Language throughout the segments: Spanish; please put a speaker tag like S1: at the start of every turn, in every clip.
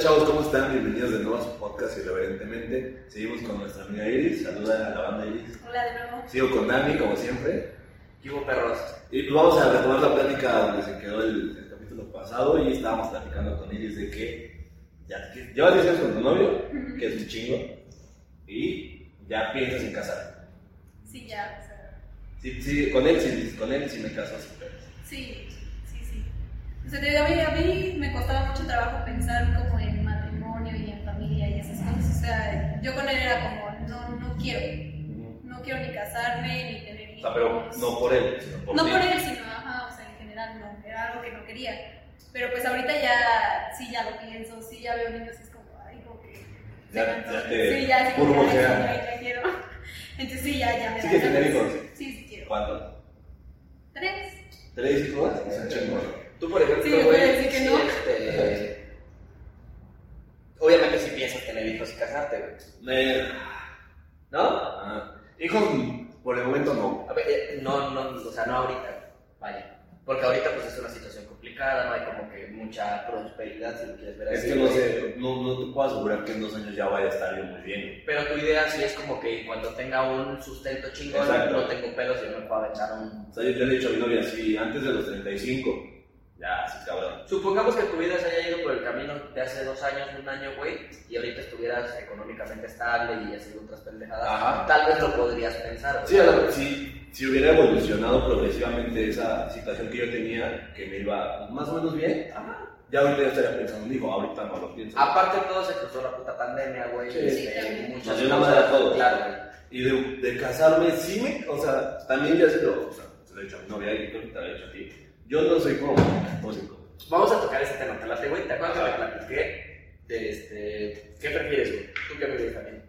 S1: chavos? ¿Cómo están? Bienvenidos de nuevo a su podcast Irreverentemente. Seguimos con nuestra amiga Iris. Saluda a la banda Iris.
S2: Hola de nuevo.
S1: Sigo con Dani, como siempre.
S3: ¿Qué hubo, perros?
S1: Y pues vamos a retomar la plática donde se quedó el, el capítulo pasado y estábamos platicando con Iris de que ya que llevas 10 años con tu novio, que es un chingo, y ya piensas en casar.
S2: Sí, ya. o sea,
S1: Sí, sí, con él sí, con él sí me caso súper.
S2: sí, sí, sí. O sea, te digo, a mí, a mí me costaba mucho trabajo pensar como en matrimonio y en familia y esas cosas. O sea, yo con él era como, no, no quiero. No quiero ni casarme, ni tener
S1: O
S2: hijos.
S1: sea, pero no por él, sino por
S2: No
S1: ti.
S2: por él, sino, ajá, o sea, en general no. Era algo que no quería. Pero pues ahorita ya, sí, ya lo pienso, sí, ya veo niños, es como, ay, como que.
S1: Ya-
S2: se me antoja.
S1: ya te
S2: Sí, ya, sí,
S1: puro
S2: ya,
S1: bocea.
S2: ya, ya quiero. Entonces sí, ya, ya me
S1: Sí
S2: da
S1: que tener
S2: ganas.
S1: hijos.
S2: Sí, sí quiero.
S1: ¿Cuántos?
S2: Tres.
S1: ¿Tres hijos? Es un chingo.
S3: Tú, por ejemplo,
S2: Sí, yo
S3: güey,
S2: voy a decir que
S3: sí,
S2: no.
S3: este, Obviamente si piensas tener hijos y casarte, güey.
S1: Me-
S3: ¿No?
S1: Ah, Hijos, por el momento no.
S3: A ver, eh, no, no, o sea, no ahorita, vaya. Porque ahorita pues es una situación complicada, no hay como que mucha prosperidad, si lo quieres ver
S1: Es
S3: así.
S1: que no
S3: güey.
S1: sé, no, no te puedo asegurar que en dos años ya vaya a estar yo muy bien.
S3: Pero tu idea sí es como que cuando tenga un sustento chingón,
S1: Exacto.
S3: no tengo pelos y yo me puedo echar un...
S1: O sea, yo, yo le he dicho a mi novia, sí, antes de los 35, ya, sí, cabrón.
S3: Supongamos que tu vida se haya ido por el camino de hace dos años, un año, güey, y ahorita estuvieras económicamente estable y haciendo otras pendejadas,
S1: Ajá.
S3: tal vez lo podrías pensar. güey.
S1: Sí, a la- sí, si hubiera evolucionado progresivamente esa situación que yo tenía, que me iba más o menos bien, ya ahorita yo estaría pensando en un hijo, ahorita no lo pienso.
S3: Aparte todo se cruzó la puta pandemia, güey.
S1: Sí,
S3: este,
S2: sí, también.
S3: muchas
S1: Nos dio la
S3: cosas,
S1: madre a todos.
S3: Claro, güey.
S1: Y de, de casarme, sí me. O sea, también ya se lo. O sea, se lo he dicho a mi novia y creo que te lo he dicho a ti. Yo no soy como católico.
S3: Vamos a tocar ese tema, te late, güey. ¿Te acuerdas que
S1: Ajá.
S3: te platiqué? De este... ¿Qué prefieres, güey? ¿Tú qué prefieres también?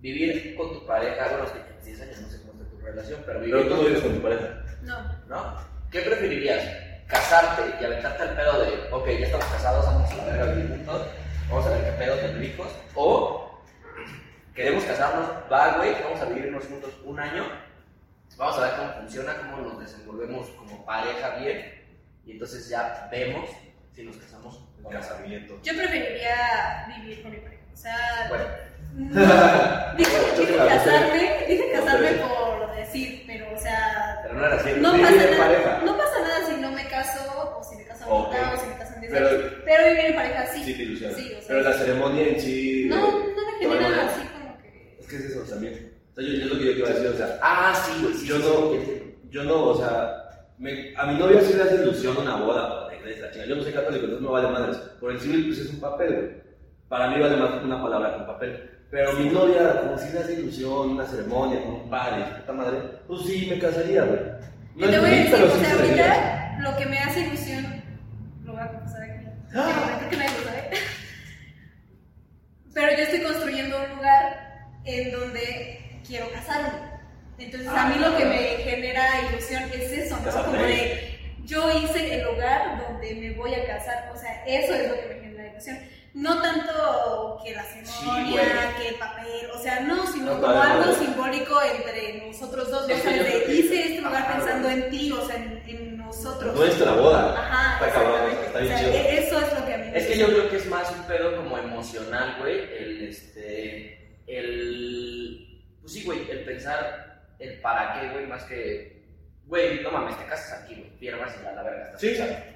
S3: Vivir con tu pareja, bueno, es que tienes 10 años, no sé cómo está tu relación, pero vivir
S1: Pero tú
S3: con
S1: no vives con tu pareja.
S2: No,
S3: ¿no? ¿Qué preferirías? ¿Casarte y aventarte al pedo de, ok, ya estamos casados, vamos a la verga a vivir juntos, vamos a ver qué pedo tener hijos? O, queremos casarnos, va, güey, vamos a vivirnos juntos un año, vamos a ver cómo funciona, cómo nos desenvolvemos como pareja bien, y entonces ya vemos si nos casamos o no.
S1: Casamiento.
S2: yo preferiría vivir con mi pareja. O sea,
S3: Bueno,
S2: no. dije,
S1: Yo
S2: dije
S1: creo que
S2: casarme, dije
S1: No,
S2: casarme
S1: pero-
S2: por decir, pero o sea,
S3: pero no era así.
S2: no
S1: Eh, vivir
S2: pasa
S1: en
S2: nada.
S1: pareja.
S2: No pasa nada si no me caso o si me caso ahorita
S1: Ok.
S2: o si me caso en 10
S1: Pero-
S2: años. Pero vivir en pareja sí.
S1: Sí, te ilusiona.
S2: Sí, o sea,
S1: Pero la ceremonia en sí.
S2: no,
S1: eh,
S2: no me
S1: te vale
S2: genera
S1: madre.
S2: así como que.
S1: Es que es eso también. O sea, yo, yo es lo que yo te iba a decir, o sea,
S3: Ah, sí, güey, sí,
S1: Yo
S3: sí,
S1: no-
S3: sí, sí.
S1: yo no, o sea, me- a mi novia sí le hace ilusión una boda, para la iglesia, la chingada. Yo no soy católico, entonces me vale madres. Por el civil, pues es un papel, güey. Para mí vale más una palabra que un papel. Pero mi novia, como si le hace ilusión, una ceremonia, con un padre, y su puta madre, pues sí, me casaría, güey.
S2: Y te voy a
S1: es
S2: decir,
S1: pero
S2: o
S1: sí
S2: sea,
S1: sería.
S2: ahorita lo que me hace ilusión, lo voy a confesar aquí.
S1: Ah.
S2: Creo que nadie lo sabe. Pero yo estoy construyendo un lugar en donde quiero casarme. Entonces, a mí lo que me
S3: Ah.
S2: genera ilusión es eso, ¿no?
S1: Casarte
S2: Como
S1: ahí.
S2: de, yo hice el lugar donde me voy a casar. O sea, eso es lo que me genera ilusión. No tanto que la ceremonia,
S1: güey.
S2: que el papel, o sea, no, sino
S1: No,
S2: como
S1: vale,
S2: algo
S1: vale.
S2: simbólico entre nosotros dos. ¿no?
S3: Es
S2: O
S3: que
S2: sea,
S3: yo
S2: de,
S3: creo que-
S2: hice este lugar
S3: Ajá,
S2: pensando
S3: güey.
S2: en ti, o sea, en, en nosotros.
S1: Nuestra boda.
S2: Ajá,
S1: Está cabrón,
S2: exactamente.
S1: está bien
S2: O sea,
S1: chido.
S2: e- Eso es lo que a mí me
S3: Es que yo creo que es más un pedo como emocional, güey. El, este, el, pues sí, güey, el pensar el para qué, güey, más que, güey, no mames, te casas aquí, güey, piernas y la, la verga. estás
S1: Sí.
S3: casado.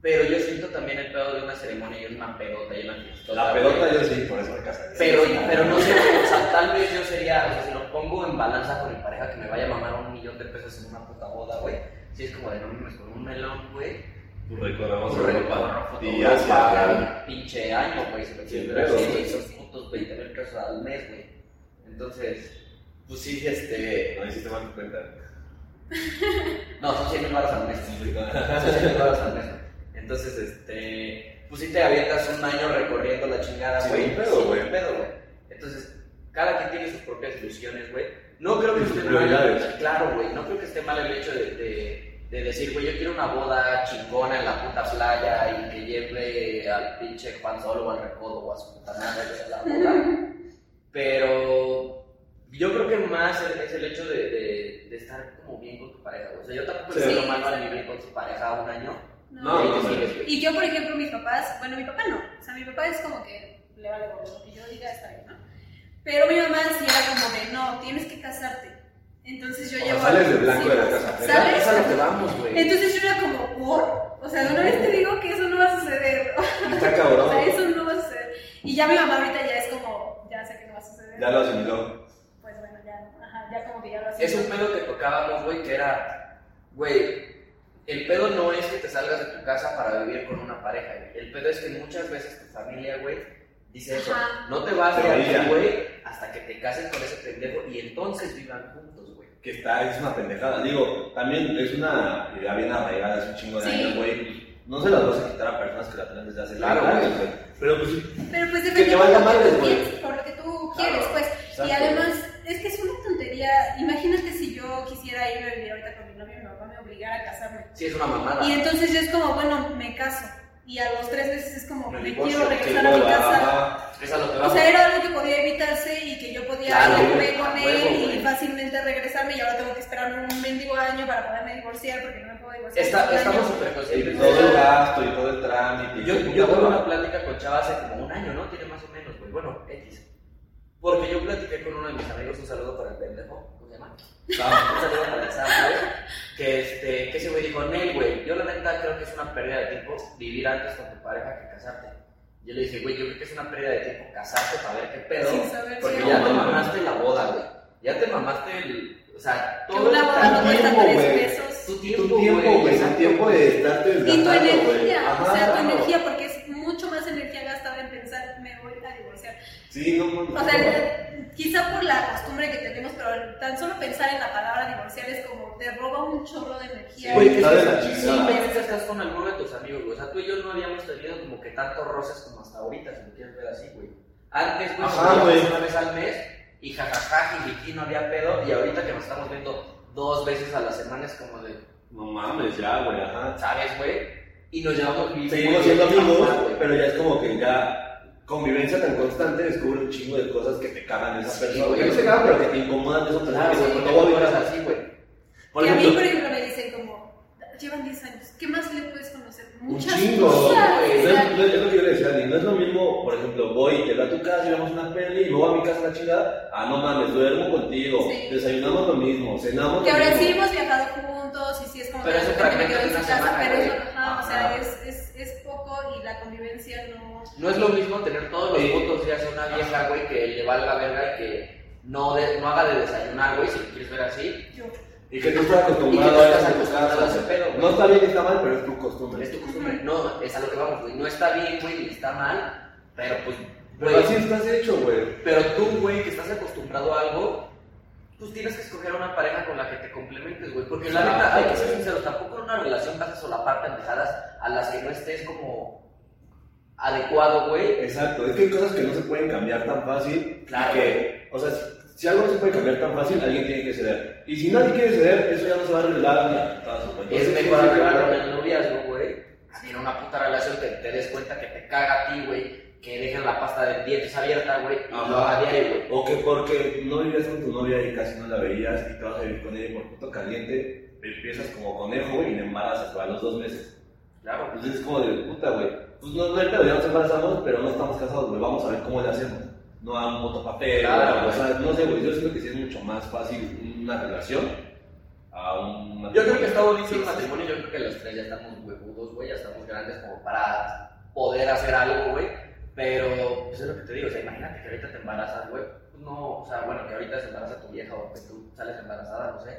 S3: Pero yo siento también el pedo de una ceremonia y una pedota y una fiesta.
S1: La pelota yo sí, por eso me casaría.
S3: Pero, pero no sé, o sea, tal vez yo sería, o sea, si lo pongo en balanza con mi pareja que me vaya a mamar un millón de pesos en una puta boda, güey, si es como de no mames, con un melón, güey.
S1: Recordamos
S3: Vamos a ver,
S1: Europa.
S3: Y
S1: Y Asia.
S3: para pinche año, güey. Se me
S1: Sí,
S3: quiere
S1: pero,
S3: ver así,
S1: güey.
S3: esos putos 20 mil pesos al mes, güey. Entonces, pues sí, este.
S1: No hiciste mal tu cuenta.
S3: No, son 100 mil baros al mes. Son 100 mil baros al mes. güey. Entonces, este. Pues sí, te avientas un año recorriendo la chingada,
S1: Sin
S3: güey.
S1: un pedo,
S3: sin
S1: güey.
S3: un pedo, güey. Entonces, cada quien tiene sus propias ilusiones, güey. No creo que
S1: Sus
S3: esté
S1: prioridades.
S3: mal. Claro, güey. No creo que esté mal el hecho de. de de decir, güey, yo quiero una boda chingona en la puta playa y que lleve al pinche Juan Solo o al Recodo o a su puta madre a la boda. Pero yo creo que más es- es el hecho de, de- de estar como bien con tu pareja. güey. O sea, yo tampoco
S1: Sí.
S3: le veo lo malo de vivir con tu pareja un año.
S1: No,
S3: Y ahí
S1: no,
S3: te
S1: no.
S3: sigues, güey.
S2: Y yo, por ejemplo, mis papás, bueno, mi papá no, o sea, mi papá es como que le vale por lo que yo diga, está bien, ¿no? Pero mi mamá sí era como de, no, tienes que casarte. Entonces yo
S1: O sea,
S2: llevo.
S1: sales de blanco de la casa, ¿verdad?
S3: Ya,
S2: ¿Sales?
S3: Es a lo que vamos, güey.
S2: Entonces yo era como, ¿por? O sea, de una vez te digo que eso no va a suceder.
S1: Está
S2: O sea,
S1: cabrón.
S2: eso no va a suceder. Y ya mi mamá ahorita ya es como, ya sé que no va a suceder.
S1: Ya lo asimiló.
S2: Pues bueno, ya, no. ajá, ya como que ya lo hace.
S3: Es un pedo que tocábamos, güey, que era, güey, el pedo no es que te salgas de tu casa para vivir con una pareja, güey. El pedo es que muchas veces tu familia, güey, dice eso.
S2: Ajá.
S3: No te vas de
S1: Te
S3: aquí,
S1: orilla.
S3: güey, hasta que te cases con ese pendejo y entonces vivan juntos, güey.
S1: Que está, es una pendejada. Digo, también es una idea bien arraigada, es un chingo de
S2: Sí.
S1: años, güey. No se las vas a quitar a personas que la tienen desde hace
S3: Claro,
S1: años,
S3: güey.
S1: Pero pues sí,
S2: Pero pues
S1: te
S2: depende por
S1: valga
S2: lo
S1: madres,
S2: que tú
S1: güey.
S2: pienses, por lo que tú quieres,
S1: Claro,
S2: pues. Y
S1: exacto.
S2: además, es que es una tontería. Imagínate si yo quisiera irme a vivir ahorita con mi novio, mi papá me obligara a casarme.
S3: Sí, es una mamada.
S2: Y entonces yo es como, bueno, me caso. Y a los tres meses es como,
S3: Me
S2: me,
S3: divorcio,
S2: quiero
S1: qué
S2: regresar a mi
S1: hueva,
S2: casa.
S1: ajá.
S3: Es a lo que
S2: O
S3: vamos.
S2: sea, era algo que podía evitarse y que yo podía
S3: Claro,
S2: irme
S3: güey,
S2: con
S3: a
S2: él
S3: huevo,
S2: y
S3: güey.
S2: fácilmente regresarme. Y ahora tengo que esperar un mendigo año para poderme divorciar porque no me puedo divorciar. en
S3: Está-
S2: un
S3: estamos
S2: año.
S3: súper
S1: Y
S3: conscientes.
S1: todo el gasto y todo el trámite. y
S3: Yo,
S1: todo
S3: yo
S1: el
S3: tuve
S1: trabajo.
S3: una plática con Chava hace como un año, ¿no? Tiene más o menos, güey. Bueno, X. Porque yo platiqué con uno de mis amigos, un saludo para el pendejo, ¿cómo se llama?
S1: Está-
S3: Un saludo para el Sam, güey. Que, este, que ese güey dijo, Nel, güey, yo la neta creo que es una pérdida de tiempo vivir antes con tu pareja que casarte. Yo le dije, güey, yo creo que es una pérdida de tiempo casarte para ver qué pedo.
S2: Sin saber
S3: porque
S2: si
S3: ya
S1: no,
S3: te
S1: no, no.
S3: mamaste la boda, güey. Ya te mamaste el. O sea,
S2: Que
S3: todo
S2: una
S3: el
S2: boda no
S3: tan-
S2: cuesta
S1: tiempo,
S2: tres
S1: güey.
S2: pesos.
S3: tu
S1: Tu
S3: tiempo,
S1: tiempo, güey, tu
S3: exacto,
S1: tiempo de estarte
S2: Y tu
S1: desgastando, güey.
S2: energía, o
S1: Ajá,
S2: sea, tu
S1: claro.
S2: energía, porque es mucho más energía gastada en pensar, me voy a divorciar.
S1: Sí, no, no,
S2: O
S1: no.
S2: sea, quizá por la costumbre que tenemos, pero tan solo pensar en la palabra divorciar es como te roba un chorro de energía.
S1: Güey,
S3: Güey, es
S1: está de
S3: que
S1: la
S3: sí,
S1: chingada.
S3: veces estás con alguno de tus amigos, güey. O sea, tú y yo no habíamos tenido como que tantos roces como hasta ahorita, si lo quieres ver así, güey. Antes, güey,
S1: Ajá,
S3: nos veíamos
S1: güey.
S3: una vez al mes y jajaja, jijiji, no había pedo. Y ahorita que nos estamos viendo dos veces a la semana es como de,
S1: No mames, ya, güey, ajá.
S3: ¿sabes, güey? Y nos llevamos bien,
S1: Seguimos
S3: güey,
S1: siendo
S3: bien
S1: amigos,
S3: papás, güey.
S1: pero ya es como que ya convivencia tan constante descubre un chingo de cosas que te cagan en esa
S3: Sí,
S1: persona.
S3: güey.
S1: Que no se cagan, pero que te incomodan de esa persona.
S3: Claro,
S1: que
S3: güey,
S1: dices,
S3: porque
S1: "No voy a
S3: tú
S1: vivir
S3: eres
S1: así".
S3: así, güey.
S1: Por
S2: y a mí, por
S1: ejemplo,
S2: ejemplo, me dicen como, llevan 10 años, ¿qué más le puedes conocer?
S1: un
S2: Muchas
S1: chingo.
S2: cosas.
S1: güey. No
S2: o sea,
S1: es, no es- es lo que yo le decía a Andy, no es lo mismo, por ejemplo, voy, te veo a tu casa y vemos una peli, y luego a mi casa a la chingada, ah, no mames, duermo contigo,
S2: Sí.
S1: desayunamos lo mismo, cenamos
S2: Que
S1: lo
S2: ahora
S1: mismo.
S2: sí hemos viajado juntos y sí es como
S3: Pero
S2: que
S3: es un
S2: de repente me
S3: fragmento
S2: quedo
S3: de
S2: en su
S3: una
S2: casa,
S3: semana,
S2: pero es,
S3: güey.
S2: ajá, o
S1: Ajá.
S2: sea, es, es, es poco y la convivencia no...
S3: No es lo mismo tener todos los
S1: Sí.
S3: putos días a una vieja, güey, que le valga verga y que no, de- no haga de desayunar, güey, si lo quieres ver así.
S2: Yo,
S1: Y que tú estás
S3: Y que
S1: acostumbrado
S3: tú
S1: a
S3: estás
S1: eso en tu
S3: acostumbrado a ese pedo,
S1: casa.
S3: güey.
S1: No está bien, está mal, pero es tu
S3: Es
S1: costumbre.
S3: tu costumbre. No, es a lo que vamos, güey. No está bien, güey, ni está mal, pero pues,
S1: Pero así
S3: güey.
S1: estás hecho, güey.
S3: Pero tú, güey, que estás acostumbrado a algo, pues tienes que escoger una pareja con la que te complementes, güey. Porque la
S1: Claro,
S3: neta, hay que ser
S1: güey.
S3: sinceros, tampoco en una relación vas a solapar pendejadas a las que no estés como adecuado, güey.
S1: Exacto, es que hay cosas que no se pueden cambiar tan fácil.
S3: Claro.
S1: Que, o sea, si- si algo no se puede cambiar tan fácil, alguien tiene que ceder. Y si nadie quiere ceder, eso ya no se va a arreglar ni a putazos, güey.
S3: Es
S1: Entonces,
S3: mejor
S1: Pues sí,
S3: arreglar con
S1: güey.
S3: el noviazgo, güey. a Tener una puta relación que te des cuenta que te caga a ti, güey. Que dejen la pasta de dientes abierta, güey. Y lo
S1: Ajá.
S3: haga diario, güey.
S1: O que porque no vivías con tu novia y casi no la veías y te vas a vivir con ella y por puto caliente, empiezas como conejo y le embarazas güey, a los dos meses.
S3: Claro.
S1: Entonces Pues es como de puta, güey. Pues no, no hay pedo, ya nos embarazamos, pero no estamos casados, güey. Vamos a ver cómo le hacemos. No a un papel,
S3: Claro,
S1: o sea, no sé, güey. Yo siento que sí es mucho más fácil una relación a un
S3: Yo creo que está bonito
S1: Sí,
S3: el
S1: sí, sí.
S3: matrimonio, yo creo que los tres ya estamos huevudos, güey, ya estamos grandes como para poder hacer algo, güey. Pero, pues es lo que te digo, o sea, imagínate que ahorita te embarazas, güey. pues, No, o sea, bueno, que ahorita se embaraza tu vieja o que tú sales embarazada, no sé.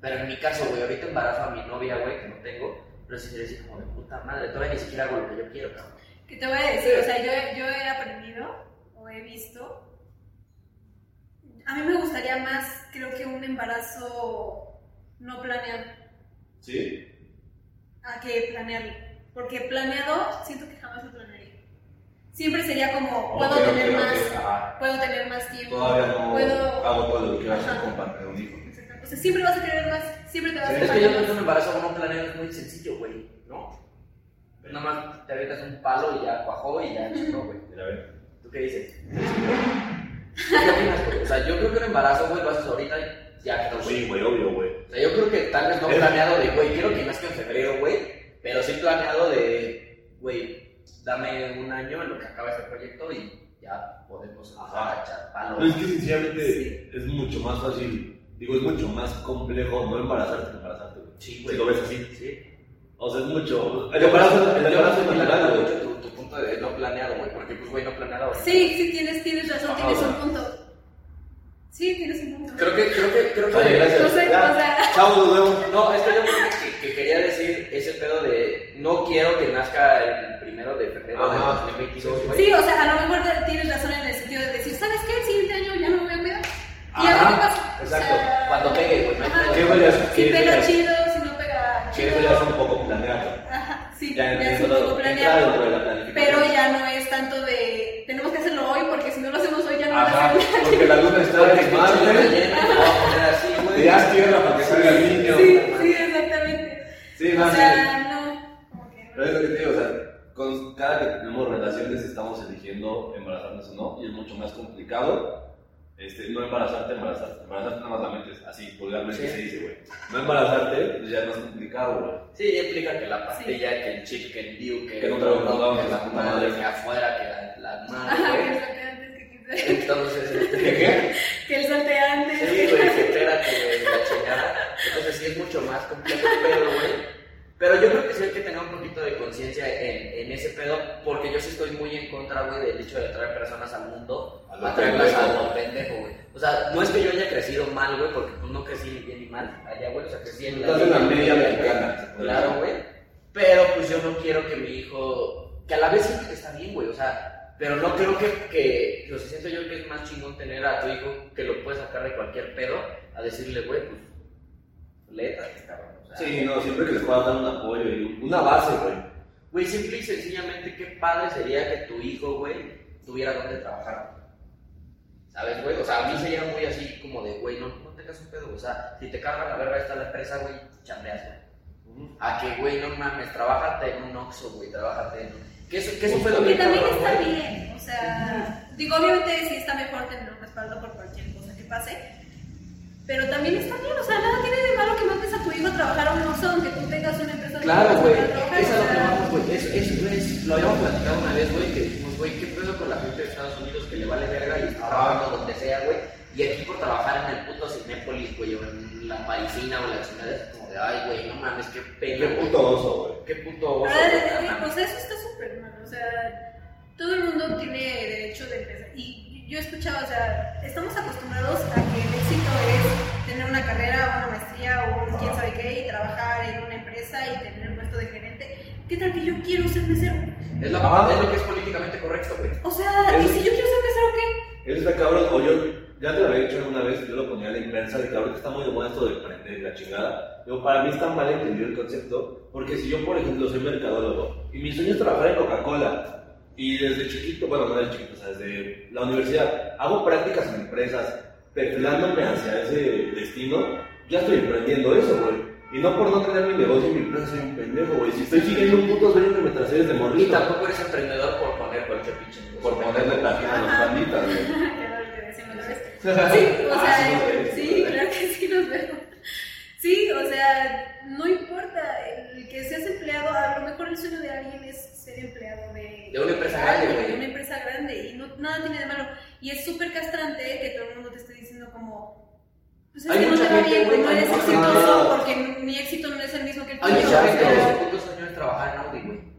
S3: Pero en mi caso, güey, ahorita embarazo a mi novia, güey, que no tengo. Pero si te decís como de puta madre, todavía ni siquiera hago lo que yo quiero, cabrón.
S2: que te voy a decir, o sea, yo, yo he aprendido o he visto. A mí me gustaría más, creo que un embarazo no planeado,
S1: Sí.
S2: a que planearlo. Porque planeado, siento que jamás lo planearía. Siempre sería como, puedo
S1: Ok, ok,
S2: tener
S1: ok,
S2: más,
S1: ajá.
S2: puedo tener más tiempo.
S1: Todavía no
S2: puedo-
S1: hago todo lo que quiero hacer
S2: Ajá.
S1: con parte de un hijo.
S2: O sea, siempre vas a querer más, siempre te vas
S1: Sí,
S2: a
S3: Es que yo creo
S2: querer
S3: que un
S2: más.
S3: embarazo no planeado es muy sencillo, güey, ¿no? Nada más te avientas un palo y ya cuajó y ya chingó, güey.
S1: Mira, a ver.
S3: ¿Tú qué dices? ¿Qué opinas, güey? O sea, yo creo que un embarazo, güey, lo haces ahorita y ya quedó, güey.
S1: Sí, güey, obvio, güey.
S3: O sea, yo creo que tal vez no planeado de, güey, quiero que nazca en febrero, güey. Pero sí planeado de, güey, dame un año en lo que acaba este proyecto y ya podemos empezar
S1: Ajá.
S3: a echar palo.
S1: Pero es que sinceramente es mucho más fácil, digo, es mucho más complejo no embarazarte que embarazarte, güey.
S3: Sí,
S1: Si
S3: güey.
S1: lo ves así.
S3: Sí.
S1: O sea, es mucho. El embarazo, el embarazo es
S3: Yo- yo-
S1: natural, güey.
S3: yo- tu, tu punto de no planeado, güey, porque pues, güey, no planeado. güey.
S2: Sí, sí, tienes, tienes razón,
S1: Ajá,
S2: tienes un
S1: güey.
S2: punto. Sí, tienes un punto.
S3: Creo que, creo que, creo que.
S1: Oye, gracias.
S2: No sé,
S1: Ya.
S2: o sea,
S1: Chao, nos vemos.
S3: No, es que yo creo que, que quería decir ese pedo de no quiero que nazca el primero de febrero de
S1: Ajá.
S3: 2022, güey.
S2: sí, o sea, a lo mejor te- tienes razón en el sentido de decir, ¿sabes qué? El siguiente año ya no me voy a cuidar. Y a ver qué
S3: Ajá,
S2: pasa. O
S3: exacto.
S2: sea,
S3: Cuando pegue, güey, no hay
S2: ajá.
S3: pedo.
S1: ¿Qué huele?
S2: Si
S1: ¿Qué
S2: pega
S1: huele?
S2: chido, si no pega
S1: Que
S2: chido.
S1: eso ya es un poco planeado.
S2: Ajá, sí,
S1: Ya
S2: ya,
S1: en
S2: es
S1: el
S2: un poco
S1: Claro,
S2: planeado.
S1: güey, la planificación.
S2: Pero ya no es tanto de, tenemos que hacerlo hoy porque si no lo hacemos hoy ya no lo
S1: Ajá,
S2: hacemos.
S1: porque la luna está
S3: Porque
S1: de
S3: pinche luna
S1: Marte.
S3: llena, me voy a poner así, güey.
S1: Le das ¿eh? tierra para que salga el niño.
S2: Sí, sí, exactamente.
S1: Sí,
S2: o
S1: más bien.
S2: sea, no. como que-
S1: Pero es lo que te digo, o sea, con, cada que tenemos relaciones estamos eligiendo embarazarnos o no, y es mucho más complicado este, no embarazarte, embarazarte. Embarazarte nada más la mente, así vulgarmente
S3: Sí.
S1: se dice, güey. No embarazarte, pues ya es más complicado, güey.
S3: Sí, implica que la pastilla, que el chip, que el diu, que,
S1: Que no trabajo,
S3: que
S1: que
S3: la
S1: la
S3: madre,
S1: madre.
S3: que afuera, que la, la
S2: Ajá, que
S3: madre.
S2: el
S3: güey.
S2: salte antes que quise.
S3: Entonces, este,
S2: Que el salte
S3: sí,
S2: antes.
S3: güey, que espérate, güey, la chingada. Entonces sí es mucho más complejo el pedo, güey. Pero yo creo que sí hay que tener un poquito de conciencia en, en ese pedo, porque yo sí estoy muy en contra, güey, del hecho de traer personas al mundo,
S1: A lo
S3: atraerlas a
S1: pendejo.
S3: lo pendejo, güey. O sea, no es que yo haya crecido mal, güey, porque pues, no crecí ni bien ni mal allá, güey, o sea, crecí en
S1: Estás en la
S3: línea,
S1: media
S3: güey.
S1: mexicana, se puede
S3: Claro,
S1: decir.
S3: güey. Pero pues yo no quiero que mi hijo. Que a la vez siento que está bien, güey. O sea, pero no creo que. que o sea, siento yo que es más chingón tener a tu hijo que lo puedes sacar de cualquier pedo a decirle, güey, pues. Létate, cabrón. O sea,
S1: Sí, no, siempre que les puedas dar un apoyo y un- una base, güey.
S3: Güey, simple y sencillamente, qué padre sería que tu hijo, güey, tuviera donde trabajar. ¿Sabes, güey? O sea, a mí sería muy así como de, güey, no, no tengas un pedo. güey. O sea, si te cargan la verga, ahí está la empresa, güey, chambeas, güey. A que, güey, no mames, trabájate en un Oxxo, güey, trabájate en... Que eso, que eso fue lo
S2: Que
S3: que...
S2: también
S3: cabrón,
S2: está
S3: güey.
S2: bien, o sea, digo, obviamente sí está mejor tener un respaldo por cualquier cosa que pase, pero también está bien, o sea, nada tiene de malo que mandes a tu hijo a trabajar a un oso aunque tú tengas una empresa donde
S3: Claro,
S2: vas a
S3: güey,
S2: trabajar,
S3: eso Pues, es
S2: o
S3: lo que
S2: sea,
S3: vamos, güey. Eso, eso es, lo habíamos platicado una vez, güey, que dijimos, güey, qué pedo con la gente de Estados Unidos que le vale verga y está trabajando donde sea, güey. Y aquí por trabajar en el puto Cinépolis, güey, o en la parisina o en la chingada, es como de, ay, güey, no mames, qué
S1: Qué
S3: pena, güey.
S1: puto oso, güey.
S3: Qué puto oso,
S2: Ah,
S3: güey,
S2: de- de-
S3: no
S2: pues
S3: mames.
S2: eso está súper mal, o sea, todo el mundo tiene derecho de empezar. Y yo he escuchado, o sea, estamos acostumbrados a que el éxito es tener una carrera, una maestría o un quién sabe qué y trabajar en una empresa y tener el puesto de gerente. ¿Qué tal que yo quiero ser mesero?
S3: Es, la-
S1: Ah.
S3: es lo que es políticamente correcto, güey.
S2: O sea, ¿y
S1: Es-
S2: si yo quiero ser mesero qué?
S1: Eso está cabrón, o yo ya te lo había dicho alguna vez, yo lo ponía a la inversa, de que ahorita está muy de moda esto de emprender y la chingada. Yo, para mí es tan mal entendido el concepto, porque si yo, por ejemplo, soy mercadólogo y mi sueño es trabajar en Coca-Cola, y desde chiquito, bueno, no desde chiquito, o sea, desde la universidad, hago prácticas en empresas, perfilándome hacia ese destino, ya estoy emprendiendo eso, güey. Y no por no tener mi negocio y mi empresa soy un pendejo, güey. Si estoy siguiendo un puto sueño que me tracé desde
S3: Y
S1: morrito,
S3: tampoco eres emprendedor por poner cualquier pinche negocio.
S1: por ponerle platina a los panditas, güey.
S2: Ya lo que decía otra vez. Sí, o
S1: Ah, sí,
S2: sea,
S1: güey.
S2: sí, claro que sí nos vemos. Sí, o sea, no importa el que seas empleado, a lo mejor el sueño de alguien es ser empleado de,
S3: De una empresa grande, güey.
S2: de una empresa grande y no, nada tiene de malo. Y es súper castrante que todo el mundo te esté diciendo como, pues es
S3: Hay
S2: que no
S3: mucha
S2: te va
S3: gente,
S2: bien,
S3: güey,
S2: no
S3: hay
S2: eres
S3: mucha
S1: gente.
S2: exitoso porque mi éxito no es el mismo que el tuyo.
S3: Ay,
S2: o
S3: ¿sabes
S2: sea,
S3: qué? Su puto sueño es trabajar en Audi, güey.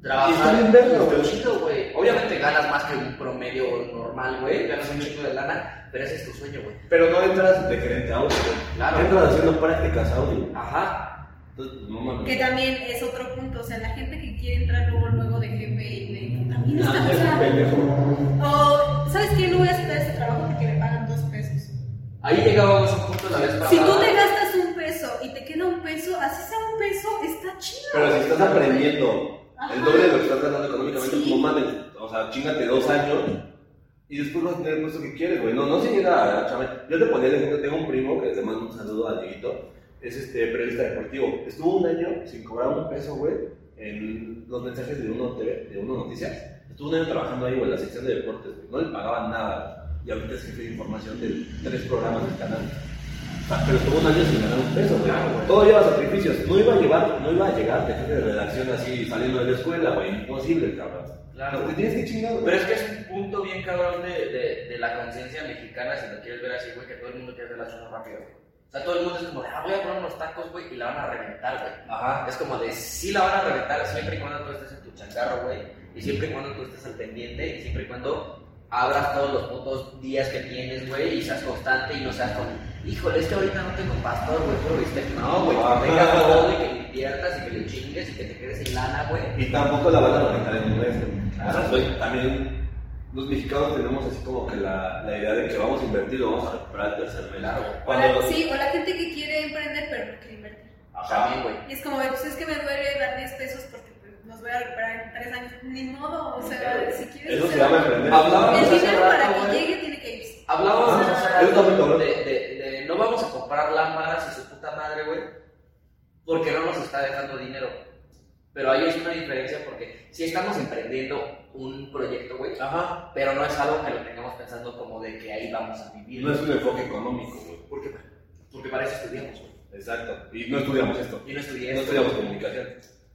S3: Trabajar.
S1: está bien verlo,
S3: está
S1: güey.
S3: chido, güey. Obviamente ganas más que un promedio normal, güey. Ganas un chingo de lana, pero ese es tu sueño, güey.
S1: Pero no entras de gerente audio.
S3: Claro.
S1: Entras haciendo prácticas audio.
S3: Ajá.
S1: Entonces, no mames.
S2: Que también es otro punto, o sea, la gente que quiere entrar luego, luego de jefe y de... También está
S1: Ah,
S2: o
S1: es un
S2: sea,
S1: pendejo.
S2: O, ¿sabes qué? No voy a aceptar este trabajo porque me pagan dos pesos.
S3: Ahí llegábamos a un punto la vez
S1: Ah.
S3: pasada.
S2: Si tú te gastas un peso y te queda un peso, así sea un peso, está chido.
S1: Pero si estás aprendiendo
S2: Ajá.
S1: el doble de lo que estás ganando económicamente,
S2: Sí.
S1: no mames. O sea, chingate dos años y después vas a tener el puesto que quieres, güey. No, no se llega a chaval. Yo te ponía el ejemplo, tengo un primo que le mando un saludo a Dieguito. Es este periodista deportivo. Estuvo un año sin cobrar un peso, güey, en los mensajes de Uno TV, de Uno Noticias. Estuvo un año trabajando ahí, güey, en la sección de deportes, güey. No le pagaban nada. Y ahorita es jefe de información de tres programas del canal. sea, pero estuvo un año sin ganar un peso, güey.
S3: Claro, güey.
S1: Todo lleva sacrificios. No iba a llevar, no iba a llegar de jefe de redacción así saliendo de la escuela, güey. Imposible, cabrón.
S3: Claro.
S1: Te tienes que chingar, güey.
S3: Pero es que es un punto bien cabrón de, de, de la conciencia mexicana, si lo quieres ver así, güey, que todo el mundo quiere hacer las cosas rápido. güey. O sea, todo el mundo es como, de, ah, voy a poner unos tacos, güey, y la van a reventar, güey.
S1: Ajá.
S3: Es como de, sí la van a reventar siempre y cuando tú estés en tu changarro, güey, y siempre y cuando tú estés al pendiente, y siempre y cuando abras todos los putos días que tienes, güey, y seas constante y no seas como, híjole, es que ahorita no tengo pastor, güey, pero viste, no, güey, que tengas todo y que le inviertas y que le chingues y que te quedes sin lana, güey.
S1: Y tampoco la van a manejar en un mes.
S3: Claro.
S1: O sea, soy- también los mexicanos tenemos así como que la, la idea de que vamos a invertir y lo vamos a recuperar el tercer mes.
S3: Claro.
S1: Cuando
S2: O la- sí, o la gente que quiere emprender pero no quiere invertir.
S1: Ajá.
S3: También, güey.
S2: Y es como, pues es que me duele dar 10 pesos porque pues, los voy a recuperar en 3 años. Ni modo, o sea, si quieres.
S1: Eso se
S2: hacer-
S1: llama emprender.
S3: Hablaba-
S2: El dinero para
S3: Hablaba-
S2: que llegue tiene que irse.
S3: Hablábamos
S2: Ah,
S3: hace
S1: yo también,
S3: rato
S1: cabrón.
S3: de, de- de no vamos a comprar lámparas y su puta madre, güey, porque no nos está dejando dinero. Pero ahí es una diferencia porque si estamos emprendiendo un proyecto, güey,
S1: Ajá.
S3: pero no es algo que lo tengamos pensando como de que ahí vamos a
S1: Y
S3: vivir.
S1: no es un enfoque económico, güey.
S3: Porque, porque para eso estudiamos, güey.
S1: Exacto. Y no estudiamos esto.
S3: Y no estudié
S1: No
S3: esto.
S1: estudiamos comunicación.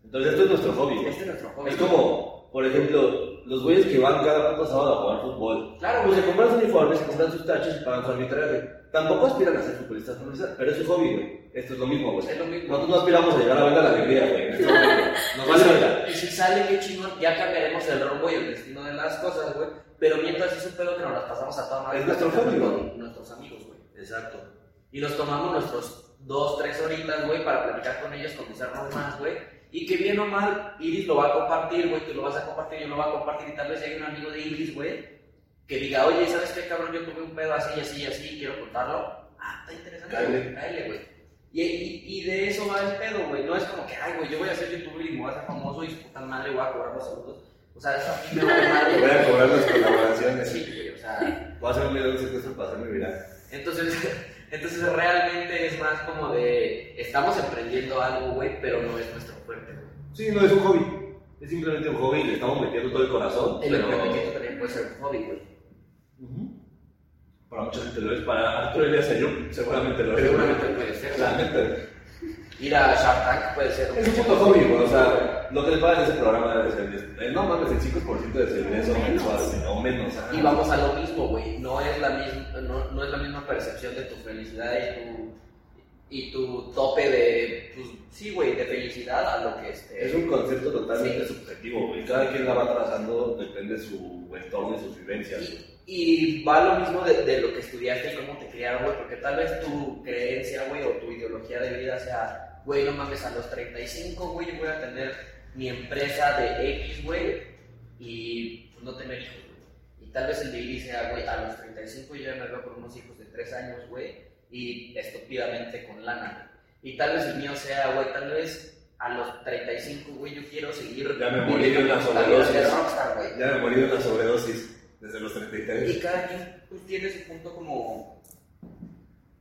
S1: Entonces, esto es nuestro hobby. güey.
S3: Este es nuestro hobby.
S1: Es como, por ejemplo, los güeyes que van cada puto sábado a jugar fútbol.
S3: Claro,
S1: Pues
S3: güey.
S1: se compran sus uniformes, se compran sus tachos y pagan su arbitraje. Tampoco aspiran a ser futbolistas profesionales, pero es su hobby, güey. Esto es lo mismo, güey.
S3: Es lo mismo.
S1: Nosotros no aspiramos a llegar a Venga la Alegría, güey. en este momento. Nos vale verga.
S3: Y si sale, qué chingón, ya cambiaremos el rumbo y el destino de las cosas, güey. Pero mientras es un pedo que nos las pasamos a toda madre.
S1: Es nuestro
S3: platicando
S1: hobby,
S3: con Nuestros amigos, güey. Exacto. Y nos tomamos nuestros dos, tres horitas, güey, para platicar con ellos, conversarnos más, güey. Y que bien o mal, Iris lo va a compartir, güey, tú lo vas a compartir, yo lo voy a compartir. Y tal vez llegue un amigo de Iris, güey, que diga, oye, ¿sabes qué, cabrón? Yo tuve un pedo así, así, así, quiero contarlo. Ah, está interesante,
S1: Cáele.
S3: güey, cáele, güey. Y, y- y de eso va el pedo, güey. No es como que, ay, güey, yo voy a ser youtuber y me voy a hacer famoso y su puta madre voy a cobrar los saludos. O sea, eso a mí me vale madre.
S1: Voy a
S3: güey.
S1: cobrar las colaboraciones.
S3: Sí, güey, o sea.
S1: Voy a hacer un video de esto para hacerme viral.
S3: Entonces, entonces realmente es más como de, estamos emprendiendo algo, güey, pero no es nuestro fuerte, güey.
S1: Sí, no es un hobby. Es simplemente un hobby y le estamos metiendo todo el corazón.
S3: El
S1: pero-
S3: emprendimiento también puede ser un hobby, güey.
S1: Ujú. Para mucha gente lo es, para Arturo Elías Ayub seguramente lo es.
S3: Seguramente puede ser.
S1: La neta,
S3: Ir a Shark Tank puede ser
S1: Es un puto hobby, güey. O sea, lo que les pagan ese programa debe ser el- eh, No mames, el 5% de servidores o menos. O menos ajá.
S3: Y vamos a lo mismo, güey. No es la misma, no, no es la misma percepción de tu felicidad y tu, y tu tope de, pues, sí, güey, de felicidad a lo que este.
S1: Es un concepto totalmente subjetivo, güey. Cada quien la va trazando, depende de su entorno y sus vivencias. güey.
S3: Y va lo mismo de, de lo que estudiaste y cómo te criaron, güey, porque tal vez tu creencia, güey, o tu ideología de vida sea, güey, no mames, a los 35, güey, yo voy a tener mi empresa de X, güey, y pues, no tener hijos, güey. Y tal vez el de Iris sea, güey, a los 35 yo ya me veo con unos hijos de 3 años, güey, y estúpidamente con lana, güey. Y tal vez el mío sea, güey, tal vez a los 35, güey, yo quiero seguir.
S1: Ya me morí de una
S3: viviendo la vida de
S1: sobredosis.
S3: rockstar, güey.
S1: Ya me morí de una sobredosis desde los 33.
S3: Y cada quien pues, tiene su punto como.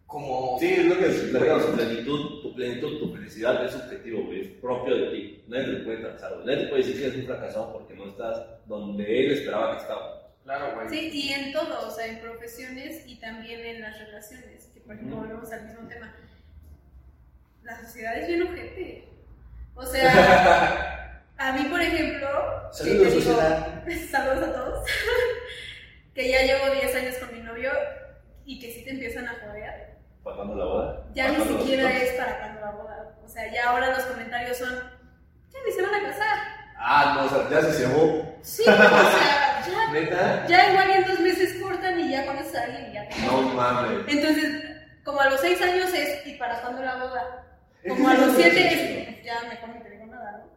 S3: como.
S1: Sí, es lo que es, digamos, tu plenitud, tu plenitud, tu felicidad es subjetivo, güey, es propio de ti. Nadie te lo puede transar, güey. Nadie te puede decir que eres un fracasado porque no estás donde él esperaba que estaba.
S3: Claro, güey.
S2: Sí, y en todo, o sea, en profesiones y también en las relaciones, que por ejemplo
S1: Ujú.
S2: volvemos al mismo tema. La sociedad es bien ojete. O sea, a mí, por ejemplo, que
S1: Saludos,
S2: te digo-
S1: sociedad.
S2: saludos a todos, que ya llevo 10 años con mi novio y que sí te empiezan a joder,
S1: Pasando la boda.
S2: ya ni
S1: pasando los
S2: siquiera
S1: otros.
S2: es para cuando la boda. O sea, ya ahora los comentarios son, ya ni se van a casar.
S1: Ah, no, o sea, ya se cebó.
S2: Sí, o sea, ya,
S1: ¿Neta?
S2: ya igual en dos meses cortan y ya conoces a alguien y ya te
S1: No mames.
S2: Entonces, como a los seis años es, ¿y para cuándo la boda?
S1: Es
S2: Como
S1: que
S2: a
S1: sí,
S2: los
S1: sí,
S2: siete
S1: sí,
S2: es, pues, ya mejor no te digo nada, ¿no?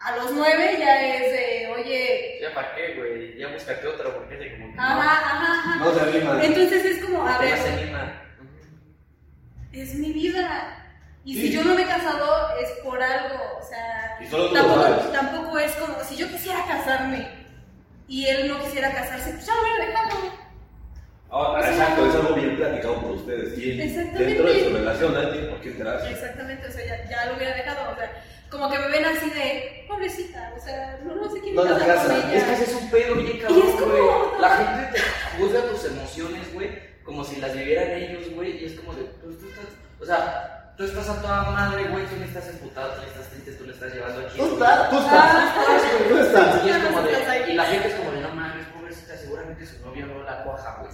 S2: A los nueve ya es, de, oye,
S3: Ya para qué, güey. Ya búscate otro, porque es como. que
S2: ajá, ajá, ajá.
S1: No se anima.
S2: Entonces es como,
S3: No,
S2: a
S3: no
S2: ver,
S3: se anima.
S2: es mi vida. Y
S1: Sí.
S2: si yo no me he casado es por algo, o sea,
S1: Y solo tú lo
S2: tampoco,
S1: sabes.
S2: tampoco es como, si yo quisiera casarme y él no quisiera casarse, pues ya lo hubiera dejado.
S1: Ah, exacto, es algo bien platicado por ustedes. Y
S2: Exactamente.
S1: dentro de su relación, nadie tiene por qué enterarse.
S2: Exactamente, o sea, ya, ya lo hubiera dejado, o sea, como que me ven así de, pobrecita, o sea, no, no sé quién
S1: No la
S2: casar con
S1: casas,
S2: ella.
S3: Es que ese es un pedo bien cabrón,
S2: Y es como-
S3: güey. La gente te juzga tus emociones, güey. como si las vivieran ellos, güey, y es como de, pues, tú estás, o sea, tú estás a toda madre, güey, tú le estás emputado, tú le estás triste, tú le estás llevando aquí. Ah,
S4: Tú estás, tú estás, tú estás, güey, tú estás.
S3: Y es como de, y la gente es como de, no mames, pobrecita, seguramente su novia no la cuaja, güey.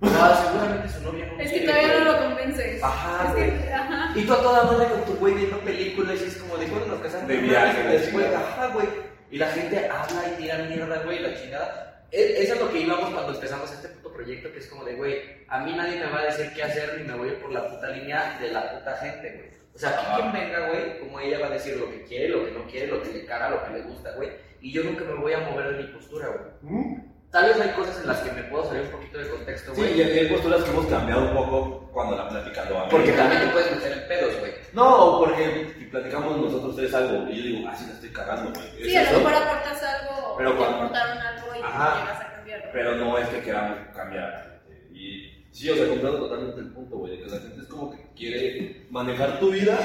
S3: No, seguramente su novia no
S2: Es que
S3: quiere,
S2: todavía
S3: güey.
S2: no lo convences.
S3: Ajá,
S1: Ah,
S2: Es que, ajá.
S3: Y tú a toda madre con tu güey viendo películas y es como de cuando nos casamos.
S1: De
S3: No,
S1: viaje,
S3: mames,
S1: la
S3: güey,
S1: chingada.
S3: ajá, güey. Y la gente habla y tira mierda, güey, la chingada. E- Eso es lo que íbamos cuando empezamos este puto proyecto, que es como de, güey, a mí nadie me va a decir qué hacer ni me voy a ir por la puta línea de la puta gente, güey. O sea, aquí
S1: Ajá.
S3: quien venga, güey, como ella va a decir lo que quiere, lo que no quiere, lo que le caga, lo que le gusta, güey. Y yo nunca me voy a mover de mi postura, güey.
S4: ¿Mm?
S3: Tal vez hay cosas en las que me puedo salir un poquito de contexto,
S1: Sí,
S3: güey.
S1: y hay posturas que hemos cambiado un poco cuando la platicando a mí.
S3: Porque también te puedes meter en pedos, güey.
S1: No, porque si platicamos nosotros tres algo y yo digo, ah, sí, la estoy cagando, güey. ¿Es
S2: Sí, a
S1: eso?
S2: lo mejor aportas algo,
S1: Pero
S2: o te
S1: cuando-
S2: aportaron algo y
S1: Ajá.
S2: llegas a cambiarlo.
S1: Pero no es que queramos cambiar. eh, Y sí, o sea, comprendo totalmente el punto, güey, de que la gente es como que quiere manejar tu vida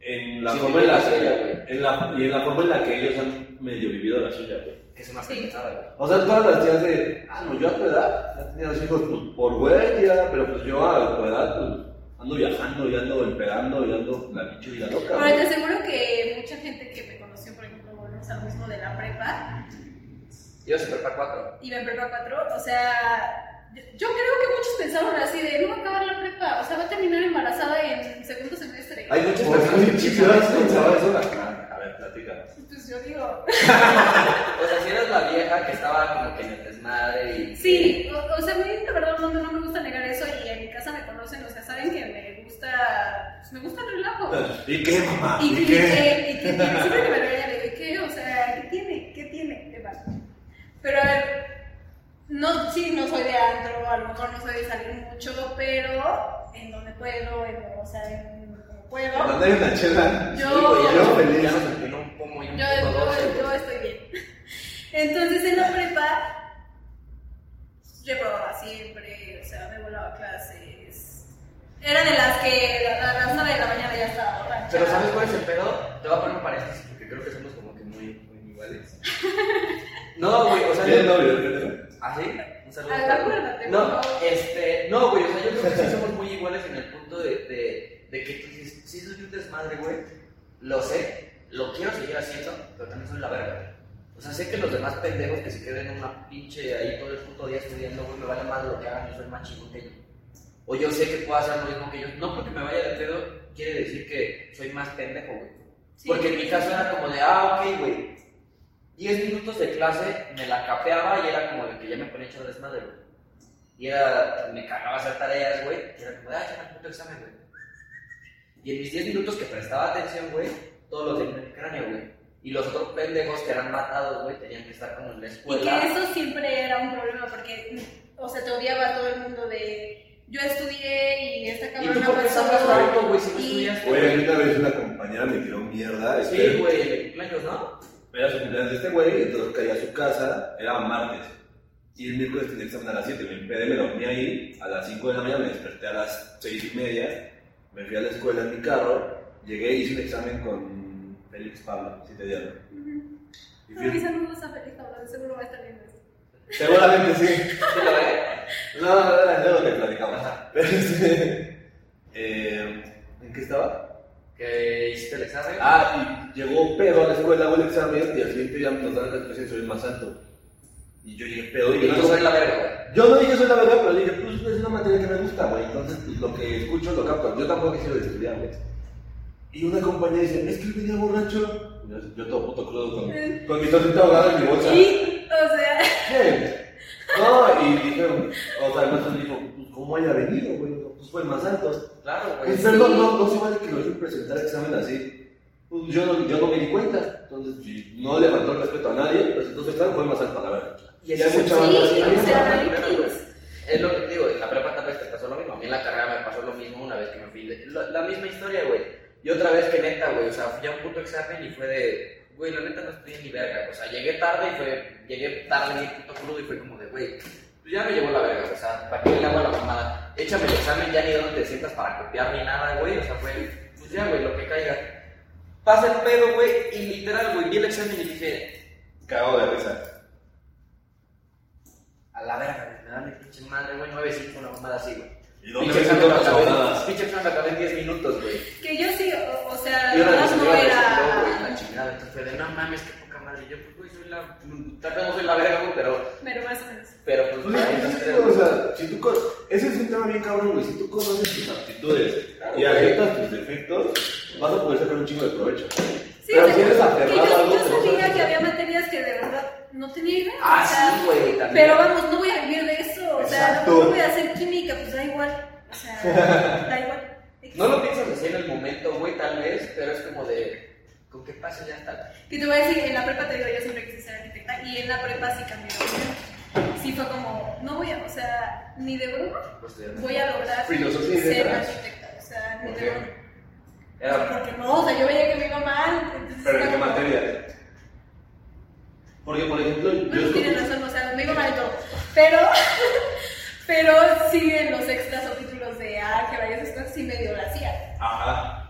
S1: en la
S3: Sí,
S1: forma en la
S3: sí,
S1: que
S3: güey.
S1: en la, y en la forma en la que ellos han medio vivido la suya, güey.
S3: Que es más
S2: Sí.
S3: pendejada, güey.
S1: O sea, todas las tías de, ah, no, yo a tu edad ya tenía dos hijos pues, por güey, ya, pero pues yo a tu edad pues, ando viajando y ando empedando y ando la pinche vida loca.
S2: Ahora,
S1: güey".
S2: te aseguro que mucha gente que me conoció, por ejemplo, volvemos al mismo de la prepa,
S3: Yo soy prepa 4.
S2: iba en prepa 4, o sea, yo yo creo que muchos pensaron así de, no va a acabar la prepa, o sea, va a terminar embarazada en segundo semestre.
S1: Hay muchas
S4: Pues,
S1: personas que
S4: sí,
S1: piensan
S4: sí,
S1: eso,
S4: sí,
S1: güey.
S4: sí,
S1: A ver, platícanos.
S2: Pues yo digo,
S3: O sea, si eras la vieja que estaba como que en el desmadre y.
S2: sí, o, o sea, a mí la verdad no, no me gusta negar eso y en mi casa me conocen, o sea, saben que me gusta, pues, me gusta el relajo.
S1: ¿Y qué, mamá?
S2: Y, y que, y que tiene, siempre que me regaña le digo, ¿qué? O sea, ¿qué tiene? ¿Qué tiene? Te va. Pero a ver, no, sí, no soy de antro, a lo mejor no soy de salir mucho, pero en donde puedo, en, o sea, en como puedo,
S4: Cuando hay una chela,
S2: yo,
S3: Sí, güey, ya
S4: Yo
S3: no-
S4: feliz.
S3: Ya nos empinó un pomo y
S2: yo,
S3: un poco doce,
S2: yo, yo
S3: güey.
S2: estoy bien. Entonces en la prepa, reprobaba siempre, o sea, me volaba clases. Era de las que a las 9 de la mañana ya estaba borracha.
S3: Pero ¿sabes cuál es el pedo? Te voy a poner un paréntesis porque creo que somos como que muy, muy iguales. No, güey, o sea.
S1: Bien,
S3: yo-
S1: novio, bien, novio.
S3: ¿Ah, sí? Un saludo.
S2: Ah, acuérdate,
S3: No,
S2: por favor.
S3: este, no, güey, o sea, yo creo que sí somos muy iguales en el punto de, de, de que tú dices, sí soy un desmadre, güey, lo sé, lo quiero seguir haciendo, pero también soy la verga. güey. O sea, sé que los demás pendejos que se queden en una pinche ahí todo el puto día estudiando, güey, me vale más lo que hagan, yo soy más chingón que ellos. O yo sé que puedo hacer lo mismo que ellos. No porque me vaya de pedo, quiere decir que soy más pendejo, güey.
S2: Sí.
S3: Porque en mi caso era como de, ah, ok, güey. 10 minutos de clase me la capeaba y era como de que ya me ponía hecho desmadre, güey. Y era, me cagaba hacer tareas, güey. Y era como de, ah, ya me puto examen, güey. Y en mis 10 minutos que prestaba atención, güey, todo lo tenía en el cráneo, güey. Y los otros pendejos que eran matados, güey, tenían que estar como en la
S2: Y
S3: escuela.
S2: que eso siempre era un problema porque, o sea, te odiaba a todo el mundo de yo estudié y esta
S3: ¿Y tú
S2: cabrona
S3: por qué sacas
S2: pasó.
S3: tanto, güey, si no
S2: Y-
S3: estudiaste?
S1: Oye, a
S3: güey?
S1: mí una vez una compañera me tiró mierda.
S3: Sí,
S1: este,
S3: güey, en el cumpleaños, ¿no?
S1: Era su cumpleaños de este güey, entonces caí a su casa, era martes. Y el miércoles tenía examen a las 7, me empedé, me dormí ahí, a las 5 de la mañana me desperté a las 6 y media, me fui a la escuela en mi carro, llegué y hice un examen con Félix Pablo, si te dieron.
S2: Ujú.
S1: Y
S2: No,
S1: fui-
S2: quizás no lo sabe, cabrón, seguro va a estar viendo esto.
S1: Seguramente sí.
S3: Sí, lo ve.
S1: No, no, no, no, no, lo que platicamos. Pero este, eh, ¿En qué estaba?
S3: Que hiciste el examen.
S1: Ah, y llegó pedo a la escuela, hago el examen y al siguiente día nos dan la expresión de soy el más alto. Y yo llegué pedo y
S3: y
S1: yo
S3: tú
S1: no
S3: soy la verga, güey.
S1: Yo no dije soy la verdad, pero dije, pues es una materia que me gusta, güey. Entonces pues, lo que escucho lo capto. Yo tampoco quisiera estudiar, güey. Y una compañera dice, es que él venía borracho. Y Yo, yo todo puto crudo con, con mi tortita ahogada en mi bolsa.
S2: Y, o sea,
S1: ¿Qué? No, y dijeron, o sea, el maestro dijo, pues cómo haya venido, güey. Pues fue el más alto.
S3: Claro, güey.
S1: Pues perdón, no, no se vale que lo dejen presentar examen así. Pues yo no, yo no me di cuenta. Entonces, si no levantó el respeto a nadie, pues entonces, claro, fue el más alto, la verdad.
S3: Y
S1: Ya
S3: ese es
S1: escuchaba
S3: el-
S1: algo así,
S2: sí,
S1: ¿no?
S2: o sea,
S3: Pero,
S2: no hay
S3: güey,
S2: kids.
S3: Es lo que te digo, en la prepa tal vez te pasó lo mismo. A mí en la carrera me pasó lo mismo una vez que me fui. de- La, la misma historia, güey. Y otra vez que neta, güey. O sea, fui a un puto examen y fue de. Güey, la neta no estudié ni verga. O sea, llegué tarde y fue. Llegué tarde bien puto crudo y fue como de, güey. Pues ya me llevó la verga. O sea, ¿para qué le hago a la mamada? Échame el examen ya ni donde te sientas para copiar ni nada, güey. O sea, fue. Pues ya, güey, lo que caiga. Pasa el pedo, güey. Y literal, güey, vi el examen y dije.
S1: Cagado de risa.
S3: A la verga, güey, me da mi pinche madre, güey, 9-5, una mamada así, güey.
S1: ¿Y dónde
S3: Pinche
S1: ves
S3: examen lo
S1: tantas
S3: acabé-
S1: abogadas?
S3: pinche examen lo acabé en 10 minutos, güey.
S2: Que yo sí, o, o sea,
S3: Y
S2: la
S3: una de
S2: verdad no
S3: las señoras respondió, güey, la
S2: era.
S3: chingada. Entonces fue de, no mames, qué poca madre. Y Yo, pues, güey, soy la. Tal vez no soy la verga, güey, pero.
S2: Pero más o menos.
S3: Pero, pues,
S4: Pues es que
S3: ay,
S4: yo te
S3: no
S4: digo, o
S3: sé,
S4: sea, si tú con- Ese es un tema bien cabrón, güey. Si tú conoces tus
S1: actitudes
S3: Claro,
S1: y aceptas tus defectos, vas a poder sacar un chingo de provecho.
S2: Sí,
S1: Pero
S2: o sea,
S1: si eres
S2: que
S1: aferrado a
S2: yo,
S1: algo,
S2: yo
S1: te vas a
S2: sabía que
S1: hacer.
S2: había materias que de verdad no tenía idea.
S3: Ah,
S2: o sea,
S3: sí, güey, también.
S2: Pero vamos, no voy a vivir de eso. O sea,
S4: Exacto.
S2: no voy a hacer química, pues da igual. O sea, da igual.
S3: No lo piensas así en el momento, güey, tal vez, pero es como de. ¿Con qué pasa ya está?
S2: Y te voy a decir, en la prepa te digo, yo siempre quise ser arquitecta y en la prepa sí cambió. Sí fue como, no voy a, o sea, ni de broma
S3: Pues, de-
S2: voy a lograr
S1: Filosofía y
S2: ser
S1: letras.
S2: arquitecta. O sea, ni
S3: ¿Por
S2: de
S3: qué?
S2: broma.
S3: Era.
S2: Porque no, o sea, yo veía que me iba mal. entonces
S1: ¿Pero en
S2: era
S1: qué
S2: como,
S1: materia? Porque, por ejemplo,
S2: Bueno,
S1: yo...
S2: tienen razón, o sea, me iba mal en todo. Pero, pero sí en los extras o títulos de álgebra y esas cosas sí medio la hacía.
S1: Ajá.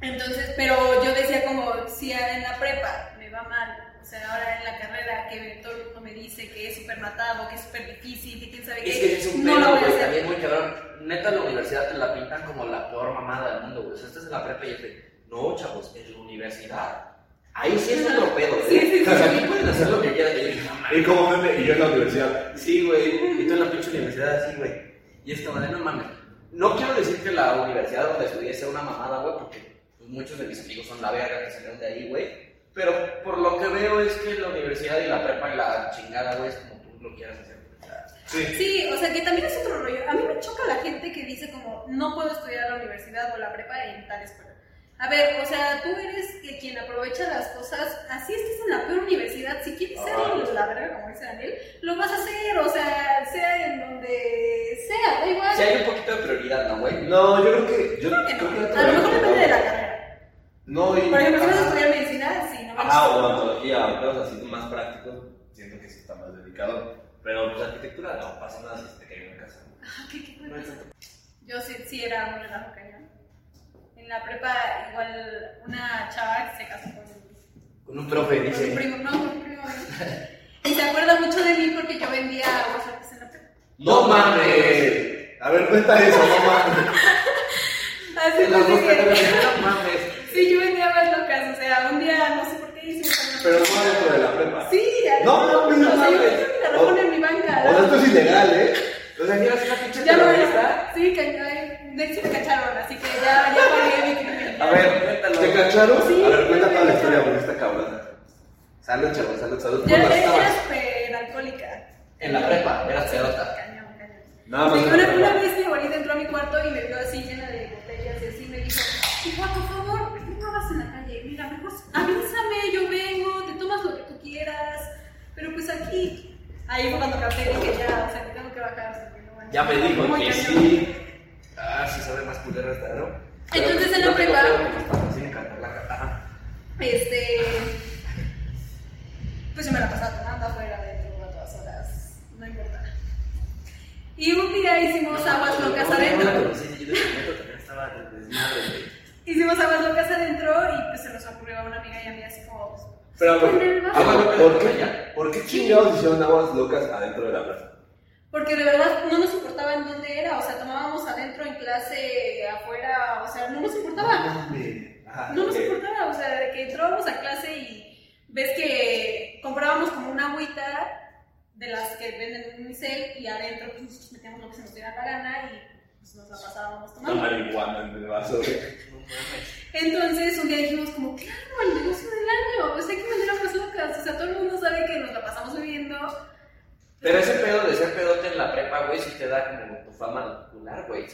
S2: Entonces, pero yo decía como, si en la prepa me va mal, o sea, ahora en la carrera que todo el mundo me dice que es súper matado, que es súper difícil, que quién sabe qué,
S3: Es que es un
S2: no lo
S3: pedo,
S2: voy a
S3: güey,
S2: hacer.
S3: también muy cabrón. Neta, la universidad te la pintan como la peor mamada del mundo, güey. O sea, estás en la prepa y es de, no, chavos, en la universidad. Ahí sí es otro pedo, güey.
S2: Sí, sí, sí,
S3: O sea,
S2: sí.
S3: aquí pueden hacer lo que quieran. Y yo dije, no mames.
S1: Y como meme, y yo en la universidad.
S3: Sí, güey. Y tú en la pinche universidad así, güey. Y es como de, no mames. No quiero decir que la universidad donde estudié sea una mamada, güey, porque pues, muchos de mis amigos son la verga que salieron de ahí, güey. Pero por lo que veo es que la universidad y la prepa y la chingada, güey, es como tú lo quieras hacer. güey. O sea,
S1: Sí.
S2: Sí, o sea, que también es otro rollo. A mí me choca la gente que dice como, no puedo estudiar la universidad o la prepa en tal escuela. A ver, o sea, tú eres que quien aprovecha las cosas, así estés en la peor universidad, si quieres ser
S1: Ah.
S2: la verga como dice Daniel, lo vas a hacer, o sea, sea en donde sea, da igual.
S3: Si hay un poquito de prioridad, ¿no, güey?
S1: No, yo creo que... Yo
S2: Creo que
S1: creo
S2: no.
S1: que-
S2: A lo mejor depende de la carrera.
S1: No, y...
S2: Por ejemplo, si vas a
S1: Ajá.
S2: estudiar medicina, sí, no
S1: Ajá, o
S2: manches.
S1: odontología, o cosas así más prácticos, siento que sí está más dedicado. Pero pues arquitectura no pasa nada si te cae en casa.
S2: Ah, qué- qué buena cosa. Yo sí, sí era un relajo cañón. En la prepa, igual una chava que se casó con
S3: Con un profe,
S2: Con mi
S3: dice.
S2: primo, no, con mi primo. no. Y se acuerda mucho de mí porque yo vendía aguasates en la prepa.
S3: ¡No mames!
S4: A ver, cuenta eso, no mames.
S2: Así
S3: En las dos
S2: fue que-
S3: carreras, no mames.
S2: Sí, yo vendía más locas, o sea, un día no sé por qué hicimos una-
S1: Pero no dentro de la prepa.
S2: Sí,
S4: No, no,
S2: no,
S4: no,
S2: o sea, yo
S4: no,
S2: vendía mi garrafón en mi banca.
S4: O sea, esto es ilegal, ¿eh?
S3: O sea, mira, es una pinche
S2: Ya no
S3: terrorista.
S2: era. Sí, cañón. De hecho me cacharon, así que ya, ya pagué mi crimen.
S3: A ver, cuéntalo.
S4: ¿Te cacharon?
S2: Sí.
S4: A ver, cuenta toda la historia, porque está cabrona.
S3: Salud, chavos, salud, salud.
S2: Ya
S3: Por las
S2: era
S3: tabas.
S2: súper alcohólica.
S3: En la prepa, eras pedota.
S2: Cañón, cañón.
S1: Nada más
S2: Sí,
S1: en la
S2: una,
S1: prepa.
S2: una vez mi abuelita entró a mi cuarto y me vio así llena de botellas y así me dijo, hija, por favor, no acabas en la calle, mira, mejor avísame, yo vengo, te tomas lo que tú quieras, pero pues aquí, ahí fue cuando capté y dije, ya, o sea, que tengo que bajar. porque no, bueno".
S1: Ya me dijo
S2: Muy
S1: que
S2: cañón.
S1: sí.
S3: Ah, sí sabe más culero esta, ¿no?
S2: Entonces, en la prepa-
S3: prepa...
S2: Este, pues yo me la pasaba tomando afuera, dentro, a todas horas, no importa. Y un día hicimos aguas locas adentro. Hicimos aguas locas adentro y pues se nos ocurrió a una amiga y a mí así como... pues,
S1: Pero
S2: ¿por
S1: bueno,
S2: qué no?
S3: Ah, bueno,
S1: ¿por
S3: pero-
S1: qué, ¿por qué chingados hicieron aguas locas adentro de la prepa?
S2: Porque de verdad no nos importaba en dónde era, o sea, tomábamos adentro, en clase, afuera, o sea, no nos importaba.
S1: Ajá,
S2: No nos
S1: ok.
S2: importaba, o sea, de que entrábamos a clase y ves que comprábamos como una agüita de las que venden en Unicel y adentro pues nosotros metíamos lo que se nos diera la gana y pues nos la pasábamos
S1: Una
S2: tomando.
S1: marihuana en el vaso. güey.
S2: Entonces un día dijimos como, claro, el negocio del año, pues hay que vender aguas locas, o sea, todo el mundo sabe que nos la pasamos bebiendo.
S3: Pero ese pedo de ser pedote en la prepa, güey, sí te da como tu fama popular, güey.
S2: yo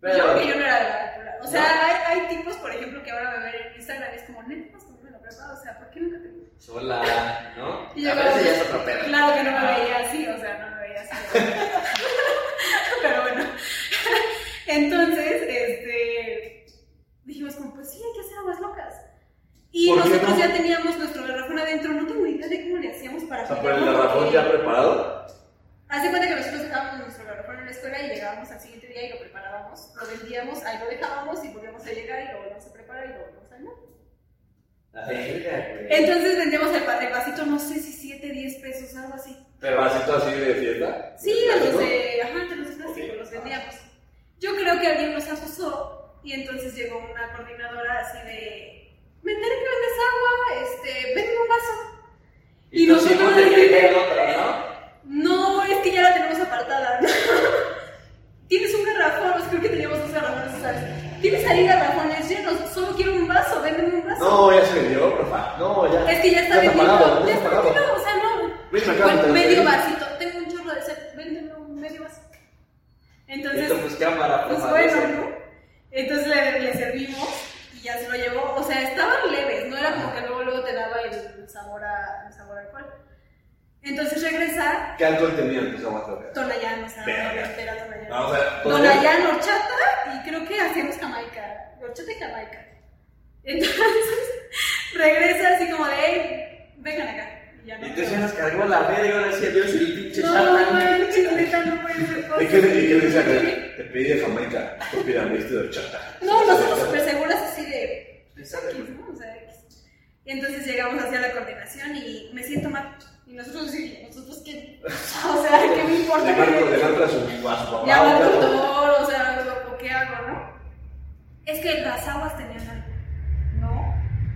S3: Pero,
S2: creo que yo no era de la popular. O sea, hay, hay tipos, por ejemplo, que ahora me ven en Instagram y es como, neta, vas a la prepa, o sea, ¿por qué nunca te vi?
S3: sola, ¿no? A
S2: Y yo
S3: ver, ese
S2: como-
S3: ya es otro pedo.
S2: Claro que no me veía así, o sea, no me veía así. Pero bueno. Entonces, este, dijimos como, pues sí, hay que hacer aguas locas. Y
S1: ¿Por qué
S2: nosotros
S1: no?
S2: ya teníamos nuestro garrafón adentro, no tengo idea de cómo le hacíamos para
S1: O sea, por
S2: pegarlo,
S1: el garrafón
S2: porque-
S1: ya preparado.
S2: Haz de cuenta que nosotros dejábamos nuestro garrafón en la escuela y llegábamos al siguiente día y lo preparábamos, lo vendíamos, ahí lo dejábamos y volvíamos a llegar y lo volvíamos a preparar y lo volvíamos a llenar.
S3: Verga, güey.
S2: Entonces vendíamos el, pa- el vasito, no sé si 7, 10 pesos, algo así.
S5: Pero así tú así de fiesta.
S2: Sí,
S5: ¿De
S2: de los
S5: plástico?
S2: de, ajá, de los plásticos, los vendíamos. Yo creo que alguien nos acusó y entonces llegó una coordinadora así de, me enteré que vendes agua, este, vende un vaso.
S3: Y, tú sí, ponte el primero, pero no.
S2: No, es que ya la tenemos apartada. Tienes un garrafón, pues creo que teníamos dos garrafones, ¿sabes? Tienes ahí garrafones llenos, solo quiero un vaso, véndeme un vaso.
S1: No, ya se vendió, porfa. No, ya.
S2: Es que ya está
S1: Ya está
S2: vendido.
S1: pagado,
S2: ya
S1: ya
S2: está
S1: está
S2: vendido,
S1: pagado.
S2: o sea, no.
S1: Ven acá,
S2: Bueno,
S1: te lo
S2: medio
S1: doy.
S2: vasito. Tengo un chorro de sed. Véndeme un medio vaso. Entonces,
S3: Esto, pues cámara,
S2: pues
S3: pluma,
S2: bueno,
S3: no sé.
S2: ¿no? Entonces le, le servimos y ya se lo llevó. O sea, estaban leves, no era como que luego, luego te daba el sabor a, el sabor a alcohol. Entonces regresa
S1: ¿Qué alcohol tenían tus pues, aguas locas?
S2: Tonayán, o sea,
S1: Verga. Ah,
S2: no, espera Tonayán.
S6: Vamos a ver. todo-
S2: Donayán, horchata y creo que hacíamos Jamaica. Horchata y Jamaica. Entonces regresa así como de, hey, vengan acá. Y ya no.
S3: Y tú se nos cargó la verga y ahora decía Dios el pinche
S2: No,
S3: charlatán.
S2: manches, neta, no puede ser
S1: ¿Y qué le- y qué le
S2: posible.
S1: decía? Te pedí de Jamaica, tú piramiste de horchata.
S2: No, nosotros súper seguras así de.
S3: Pensando
S2: X, ¿no? O sea, X. Y entonces llegamos hacia la coordinación y me siento mal. Y nosotros sí, nosotros qué. O sea, ¿qué me importa?
S1: Le
S2: que-
S1: mando, le mando a su, a su papá.
S2: Ya va el
S1: claro.
S2: tutor, o sea, lo- ¿qué hago, no? Es que las aguas tenían algo. No.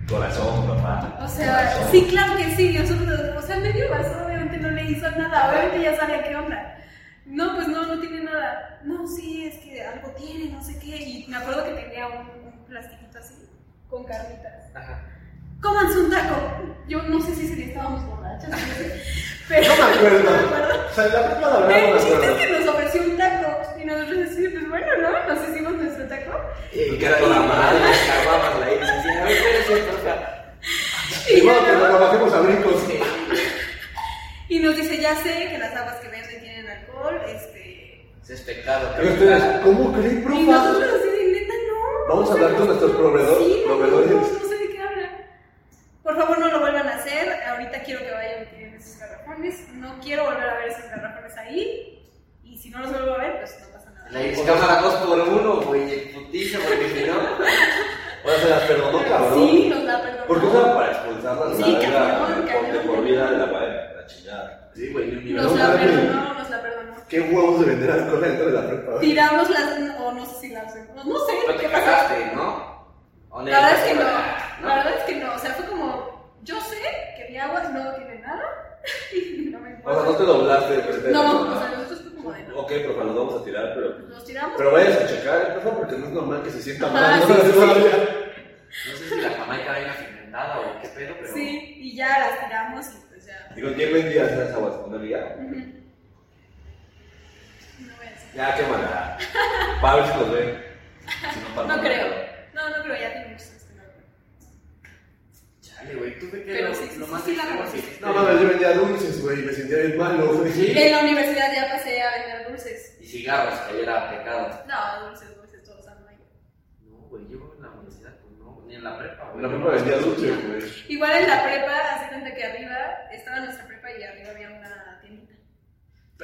S1: Corazón, papá.
S2: O sea, sí, claro que sí. Nosotros, o sea, medio vaso, obviamente no le hizo nada. Obviamente ya sabe qué onda. No, pues no, no tiene nada. No, sí, es que algo tiene, no sé qué. Y me acuerdo que tenía un, un plastiquito así, con carnitas.
S3: Ajá.
S2: Cómanse un taco. Yo no sé si sería estábamos borrachas, no sé. Pero.
S1: No me acuerdo.
S2: No me acuerdo.
S1: O sea, la primera de verdad
S2: Pero
S1: no
S2: El
S1: me
S2: chiste es
S1: acuerdo.
S2: que nos ofreció un taco y nosotros decimos, pues bueno, ¿no? Nos hicimos nuestro taco.
S3: Y que a toda madre, las caguamas la hice. Así, a ver, eh? ¿cuál es el profe?
S2: Y,
S1: Igual
S2: ya,
S1: que
S2: ¿no?
S1: nos la bajemos a brincos.
S2: Y nos dice, ya sé que las aguas que venden tienen alcohol, este...
S3: Es espectáculo.
S1: Y ustedes, ¿cómo creen,
S2: Y
S1: profa?
S2: nosotros así de neta, no.
S1: Vamos a
S2: o sea,
S1: hablar con
S2: no,
S1: nuestros
S2: no,
S1: proveedor-
S2: sí, no,
S1: proveedores.
S2: No, no sé de qué hablan. Por favor, no lo vuelvan a hacer. Ahorita quiero que vayan y tiren esos garrafones. No quiero volver a ver esos garrafones ahí. Y si no los vuelvo a ver, pues no pasa nada.
S3: La hice cámara dos por uno, güey. Putiza, porque si no.
S1: O sea, se las perdonó, cabrón.
S2: Sí, nos la perdonó.
S1: Porque era para expulsarlas
S2: Sí,
S1: la verga,
S2: cabrón,
S1: por- de
S2: cabrón.
S1: por vida de la pared, la chingada.
S3: Sí, güey, ni un
S2: Nos
S1: No
S2: la
S1: mames.
S2: perdonó, nos la perdonó.
S1: Qué huevos de vender alcohol dentro de la prepa.
S2: Tiramos las, o no sé si las, no, no sé,
S3: No te
S2: ¿qué pasó?
S3: cagaste, ¿no? O
S2: La verdad es que no,
S3: ¿no?
S2: la verdad es que no, o sea, fue como, yo sé que mi agua no tiene nada, y no me
S1: O sea, no
S2: importa.
S1: te doblaste de frente de la
S2: No, o
S1: persona.
S2: sea, nosotros fue como de no, pues,
S1: Ok, profa, los vamos a tirar, pero.
S2: nos tiramos.
S1: Pero vayas a checar, profa, porque no es normal que se sienta
S2: Ajá,
S1: mal. No
S2: sí, sí, sí.
S1: todavía.
S3: No sé si la jamaica venga fermentada o qué pedo, pero.
S2: Sí, y ya las tiramos y pues ya.
S1: ¿Y con quién vendías esas aguas? ¿Con Olivia?
S2: Ujú. No voy a decir.
S1: Ya, qué mala. Pablo si los ve. Si no, Pablo.
S2: No creo, no, no creo, ya tenemos este nombre.
S3: Chale, güey, tú me
S2: Pero
S3: quedas
S2: sí, sí,
S3: lo más
S2: sí, sí, la
S3: extremo,
S2: verdad.
S3: sí.
S1: No mames, yo vendía dulces, güey, y me sentía bien malo, güey.
S3: Sí.
S2: En la universidad ya pasé a vender dulces.
S3: Y cigarros, que ayer era pecado.
S2: No, dulces, dulces, todos andan ahí.
S3: No, güey, yo en la universidad, pues no, ni en la prepa, güey.
S1: La prepa vendía dulces, güey.
S2: Igual en la prepa, hace cuenta que arriba estaba nuestra prepa y arriba había una tiendita.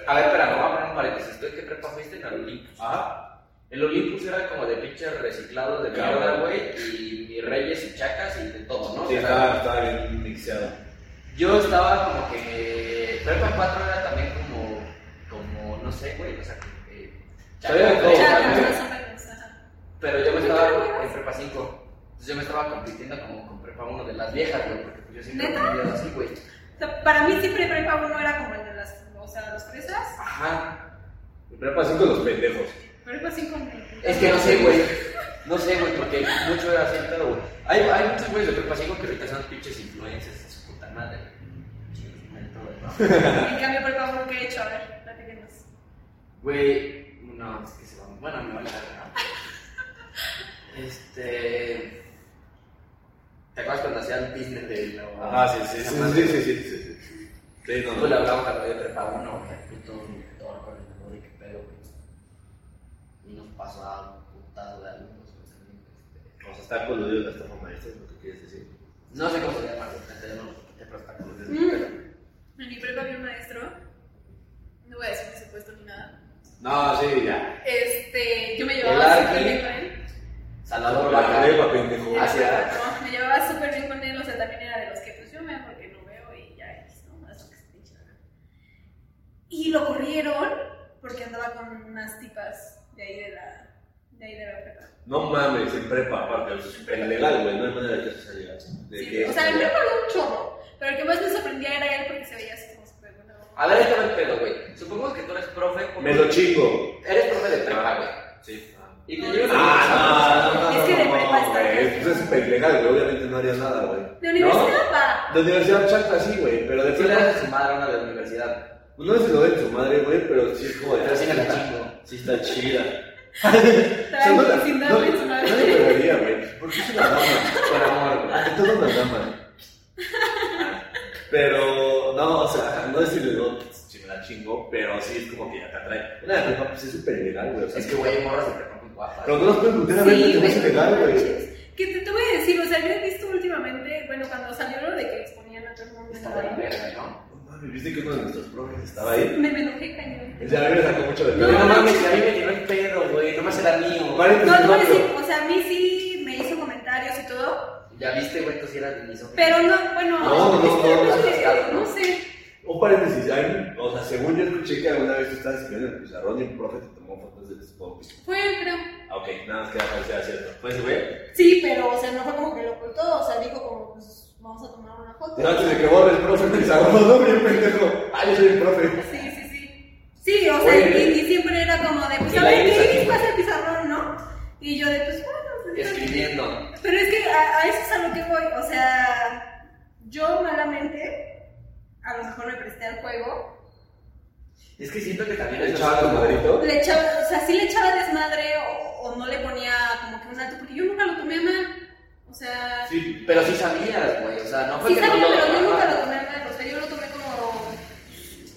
S3: A ver, espera, no, vamos a poner un paréntesis. ¿Tú en qué prepa fuiste? En el Olympus. Ah. El Olympus era como de pinche reciclado de
S1: Cabrón.
S3: mierda, güey, y ni reyes y chacas y de todo, ¿no?
S1: Sí,
S3: O sea,
S1: estaba, estaba bien mixeado.
S3: Yo estaba como que. Prepa 4 era también como. Como, no sé, güey, o sea, como que.
S1: Sabía de todo,
S3: güey,
S2: Claro,
S1: también.
S2: más o menos, ajá.
S3: Pero yo me
S2: ¿Tú
S3: estaba
S2: también?
S3: en prepa 5. Entonces yo me estaba compitiendo como con prepa 1 de las viejas, güey, porque pues yo siempre
S2: ¿Neta?
S3: he vivido así, güey.
S2: O sea, para mí siempre prepa uno era como el de las, o sea, las fresas,
S3: Ajá.
S1: Mi prepa 5 los pendejos.
S2: prepa 5 el...
S3: Es que no sé, güey. No sé, güey, porque mucho era así, pero, güey. Hay, hay muchos güeyes de prepa 5 que ahorita son pinches influencers de su puta madre.
S2: En cambio prepa uno que he hecho, a ver, platiquemos.
S3: Güey, no, es que se va. Bueno, me vale la verga. Este. ¿Te acuerdas cuando hacía el business de la.
S1: Ah, sí, sí, sí,
S3: la-
S1: sí, sí, sí, sí, sí. Sí, no,
S3: Nosotros le
S1: no.
S3: hablamos a la de prepa 1, güey, al puto director con el dolor y qué pedo, güey. Y nos pasó a un putado de alumnos, güey. también, este,
S1: O sea, está coludido la estafa maestra, es lo que quieres decir.
S3: No sé cómo se llama, güey, te lo pero está con los
S2: Mm.
S3: dedos.
S2: En mi prepa había un maestro, no voy a decir por supuesto ni nada,
S1: No, sí, ya.
S2: este, yo me
S3: El
S2: llevaba
S3: Arqui.
S2: súper bien con él.
S3: Salvador
S1: la
S3: Vaca.
S1: prepa, pendejo.
S3: Ah, sí, era.
S2: No, me llevaba súper bien con él, o sea, también era de los que pues yo me porque no veo y ya, X, ¿no? Más lo que se pinche haga. Y lo corrieron porque andaba con unas tipas de ahí de la, de ahí de la prepa.
S1: No mames, en prepa, aparte, eso es súper
S7: Pero
S1: legal.
S7: legal, güey, no hay manera de que eso sea legal. De
S2: Sí,
S7: que
S2: o sea, en prepa había un chorro, pero el que más me sorprendía era él porque se veía así como súper bueno.
S3: A ver, este va el pedo, güey. Supongamos que tú eres profe. ¿cómo?
S1: Me lo chingo.
S3: Eres profe de prepa, güey.
S1: Sí.
S3: Y te llevas
S7: Ah, no, no,
S2: Es que de prepa está
S1: güey,
S2: cañón.
S1: eso es súper legal, güey, obviamente no harías nada, güey.
S2: De universidad va.
S1: De universidad chanta sí, güey, pero de
S3: Si le
S1: prepa...
S3: das a su madre a una de la universidad.
S1: No se lo den su madre, güey, pero sí es como de... "Ah,
S3: Pero sí me la chingo.
S7: Sí, está chida.
S1: no,
S2: Tranqui,
S1: la-
S2: sin
S1: no,
S2: darle en su
S1: no
S2: madre.
S1: le pegaría, güey, porque es una dama.
S3: Por amor, güey.
S1: Ante todo una dama.
S7: Pero, no, o sea, no decirle, no, si me la chingo, pero sí es como que ya te atrae. Una de prepa, pues es súper legal, güey. O sea,
S3: Es que, güey, hay morras de prepa muy guapas.
S1: Pero no nos pueden putear a ver
S2: Sí,
S1: que te vas a
S2: güey,
S1: pegar,
S2: no
S1: güey.
S2: manches. Que te, te voy a decir, o sea, yo he visto últimamente, bueno, cuando salió lo de que exponían a todo el mundo,
S3: Está buena verga, ¿no?
S1: No mames, ¿viste que uno de nuestros profes estaba ahí?
S2: me, me enojé cañón.
S1: O sea, a mí me sacó mucho de
S3: Pero
S1: pedo.
S3: no mames, a mí me tiró el pedo, güey. No me hace la mío.
S1: Paréntesis,
S2: No, te voy a
S1: rápido.
S2: decir, o sea, a mí sí me hizo comentarios y todo,
S3: Ya viste, güey, tú sí eras de misógino.
S2: pero no, bueno,
S1: No, no, no,
S2: creo
S1: no,
S2: que-
S3: descartado, ¿no?
S2: no sé.
S1: Un paréntesis, ay, o sea, según yo escuché que alguna vez tú estabas escribiendo en el pizarrón y un profe te tomó fotos de tus popis.
S2: Fue él, creo.
S1: Ah, ok, nada más que era sea cierto. Pues, güey.
S2: Sí, pero, o sea, no fue como que lo ocultó, o sea, dijo como, pues, vamos a tomar una foto.
S1: No, antes de que borre el profe en el pizarrón, no, bien pendejo. Ah, yo soy el profe.
S2: Sí, sí, sí. Sí, o sea,
S3: Oye,
S2: y, y siempre era como de, pues,
S3: y
S2: a
S3: la
S2: ver,
S3: Iris
S2: ¿qué
S3: aquí,
S2: pasa el pizarrón, no? Y yo de, pues, bueno, pues, está bien.
S3: Escribiendo.
S2: Pero es que a, a eso es a lo que voy. O sea, yo malamente, a lo mejor me presté al juego.
S3: Es que siento que también
S1: Le
S3: eso
S1: echaba
S3: es
S1: los
S3: como-
S1: madritos.
S2: Le echaba, o sea, sí le echaba desmadre o, o no le ponía como que un alto, porque yo nunca lo tomé a mal. O sea, sí,
S1: Sí.
S3: Pero sí sabías, güey. O sea, no fue que
S2: sabía,
S3: no lo-
S2: pero yo nunca lo tomé a mal. O sea, yo lo tomé como. pues,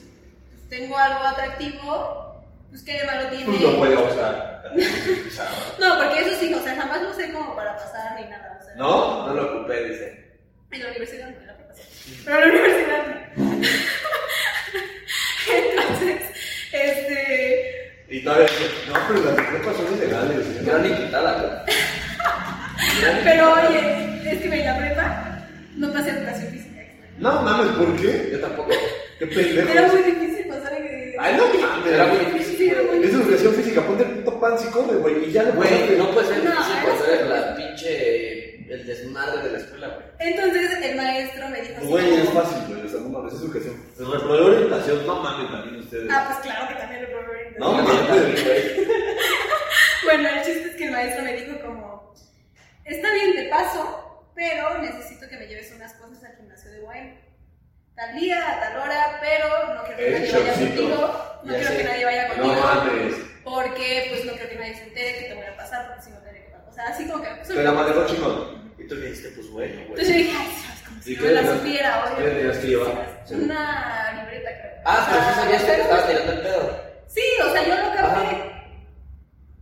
S2: Tengo algo atractivo, pues qué de malo tiene.
S1: Tú no puedes usar. pizarrón.
S2: No, porque eso sí, o sea, jamás lo usé como para pasar ni nada. O sea,
S1: ¿No?
S3: No lo ocupé, dice.
S2: En la universidad no, en la prepa sí. Pero en la universidad no. Entonces, este.
S1: Y todavía dice, no, pero las prepas son ilegales. ¿eh?
S3: Yo ni quitada, güey.
S2: Pero oye, es que en la prepa no pasé educación física.
S1: No mames, ¿por qué?
S3: Yo tampoco.
S1: Qué
S2: Era
S1: pendejo.
S2: muy difícil pasar en.
S1: Ay, no
S3: Era muy
S1: mames.
S2: Sí,
S3: difícil.
S2: era muy
S1: Es educación física, ponte el puto pan si come, güey, y ya lo
S3: Güey,
S1: pasaste.
S3: no puede ser
S2: No,
S3: difícil
S2: era
S3: por ser
S2: súper
S3: la pinche. el desmadre de la escuela, güey.
S2: Entonces el maestro me dijo así.
S1: Güey, es
S2: como,
S1: fácil, güey, o sea, no mames, es educación.
S7: Pues reprobé orientación, no mames también ustedes.
S2: Ah, pues claro que también lo puedo ver.
S1: No mames, güey.
S2: Bueno, el chiste es que el maestro me dijo como, está bien, te paso, pero necesito que me lleves unas cosas al gimnasio de Guay. Tal día, a tal hora, pero no quiero que
S1: El
S2: nadie vaya
S1: shortcito.
S2: contigo. No
S3: Ya
S2: quiero
S3: sé.
S2: que nadie vaya
S1: No
S2: contigo.
S1: mames.
S2: porque pues no quiero que nadie se entere que te voy a pasar, porque si no te haré O sea, así como que... pues,
S1: Te la manejó chingón.
S3: Y tú le dijiste, pues bueno,
S2: entonces yo dije, ay, Dios, como si
S1: ¿Y
S2: no
S1: qué
S2: me la
S1: tenías-
S2: supiera.
S1: qué
S2: obvio.
S1: tenías que llevar?
S2: Sí, Una libreta, creo.
S3: Ah, pero sí
S2: O sea,
S3: sabías que te
S2: pero-
S3: estabas tirando el pedo.
S2: Sí, o sea, yo lo capté.
S3: Ajá.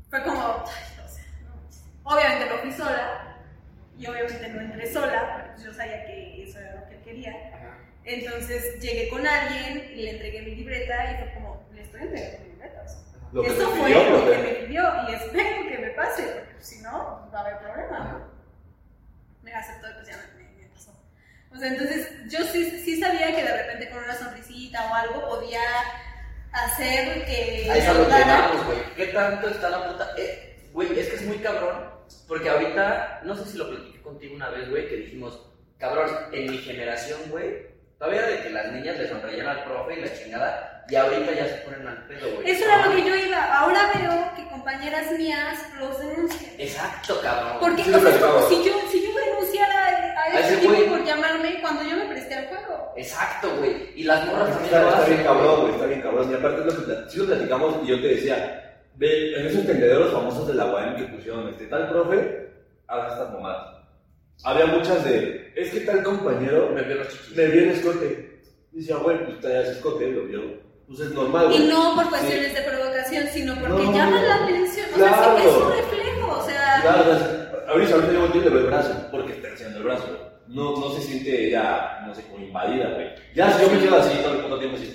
S2: Fue como, ay, o sea, no. obviamente no fui sola y obviamente no entré sola, porque pues yo sabía que eso era lo que quería. Entonces llegué con alguien y le entregué mi libreta y fue como, le estoy entregando mi libreta. o sea,
S1: Lo que te
S2: Eso fue
S1: pidió,
S2: lo que
S1: profe.
S2: me pidió y espero que me pase, porque si no, pues, va a haber problema. Me aceptó y pues ya me, me- me pasó. O sea, entonces yo sí, sí sabía que de repente con una sonrisita o algo podía hacer que...
S3: Ahí es a lo que
S2: saludara.
S3: vamos, güey. ¿Qué tanto está la puta? Eh, Güey, es que es muy cabrón. Porque ahorita, no sé si lo platiqué contigo una vez, güey, que dijimos, cabrón, en mi generación, güey, todavía era de que las niñas le sonreían al profe y la chingada, y ahorita ya se ponen al pedo, güey.
S2: Eso era lo que yo iba. Ahora veo que compañeras mías los denuncian.
S3: Exacto, cabrón.
S2: Porque
S1: Sí,
S2: o sea, es como
S1: claro.
S2: si yo, si yo denunciara a, ese
S3: A ese
S2: tipo
S3: güey.
S2: por llamarme cuando yo me presté al juego.
S3: Exacto, güey. Y las morras también
S1: Está,
S3: lo
S1: está
S3: hacen.
S1: bien cabrón, güey, está bien cabrón. Y aparte, lo que plat- sí lo platicamos y yo te decía, ve, en esos tendederos famosos de la UAM que pusieron, este tal profe, haga estas mamadas. Había muchas de, es que tal compañero
S3: Me vio los chichis.
S1: me vio en escote. Y Decía, güey, pues traías escote, lo vio. Pues es normal,
S2: Y
S1: güey.
S2: no por cuestiones de provocación, sino porque
S1: No.
S2: llaman la atención. O sea,
S1: Claro.
S2: sí, es un reflejo. O sea,
S1: Claro, o sea, ahorita, ahorita yo volteo y le veo el brazo, porque está haciendo el brazo, güey. No, no se siente ella, no sé, como invadida, güey. Ya si yo me quedo así todo el puto tiempo, así.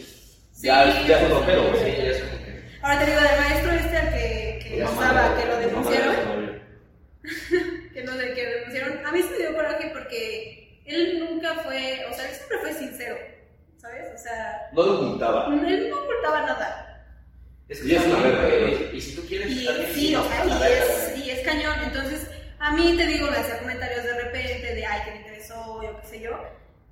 S1: Ya,
S2: Sí.
S1: ya es otro pedo, güey.
S3: Sí, ya es como que.
S2: ahora te digo del maestro este al que, que
S1: Mamá,
S2: usaba, que lo
S1: mamá,
S2: denunciaron.
S1: novio.
S2: que no sé, que denunciaron. A mí se me dio coraje porque él nunca fue, o sea, él siempre fue sincero, ¿sabes? O sea,
S1: No lo ocultaba.
S2: él no ocultaba nada.
S3: Es
S1: Y es una
S3: también,
S1: verga,
S3: güey, Y si tú quieres
S2: Y
S3: estar bien,
S2: sí,
S3: no,
S2: o sea,
S3: es una
S2: y
S3: verga,
S2: es,
S3: güey.
S2: y es cañón. Entonces, a mí te digo, me hacía comentarios de repente de, ay, que me interesó, yo qué sé yo.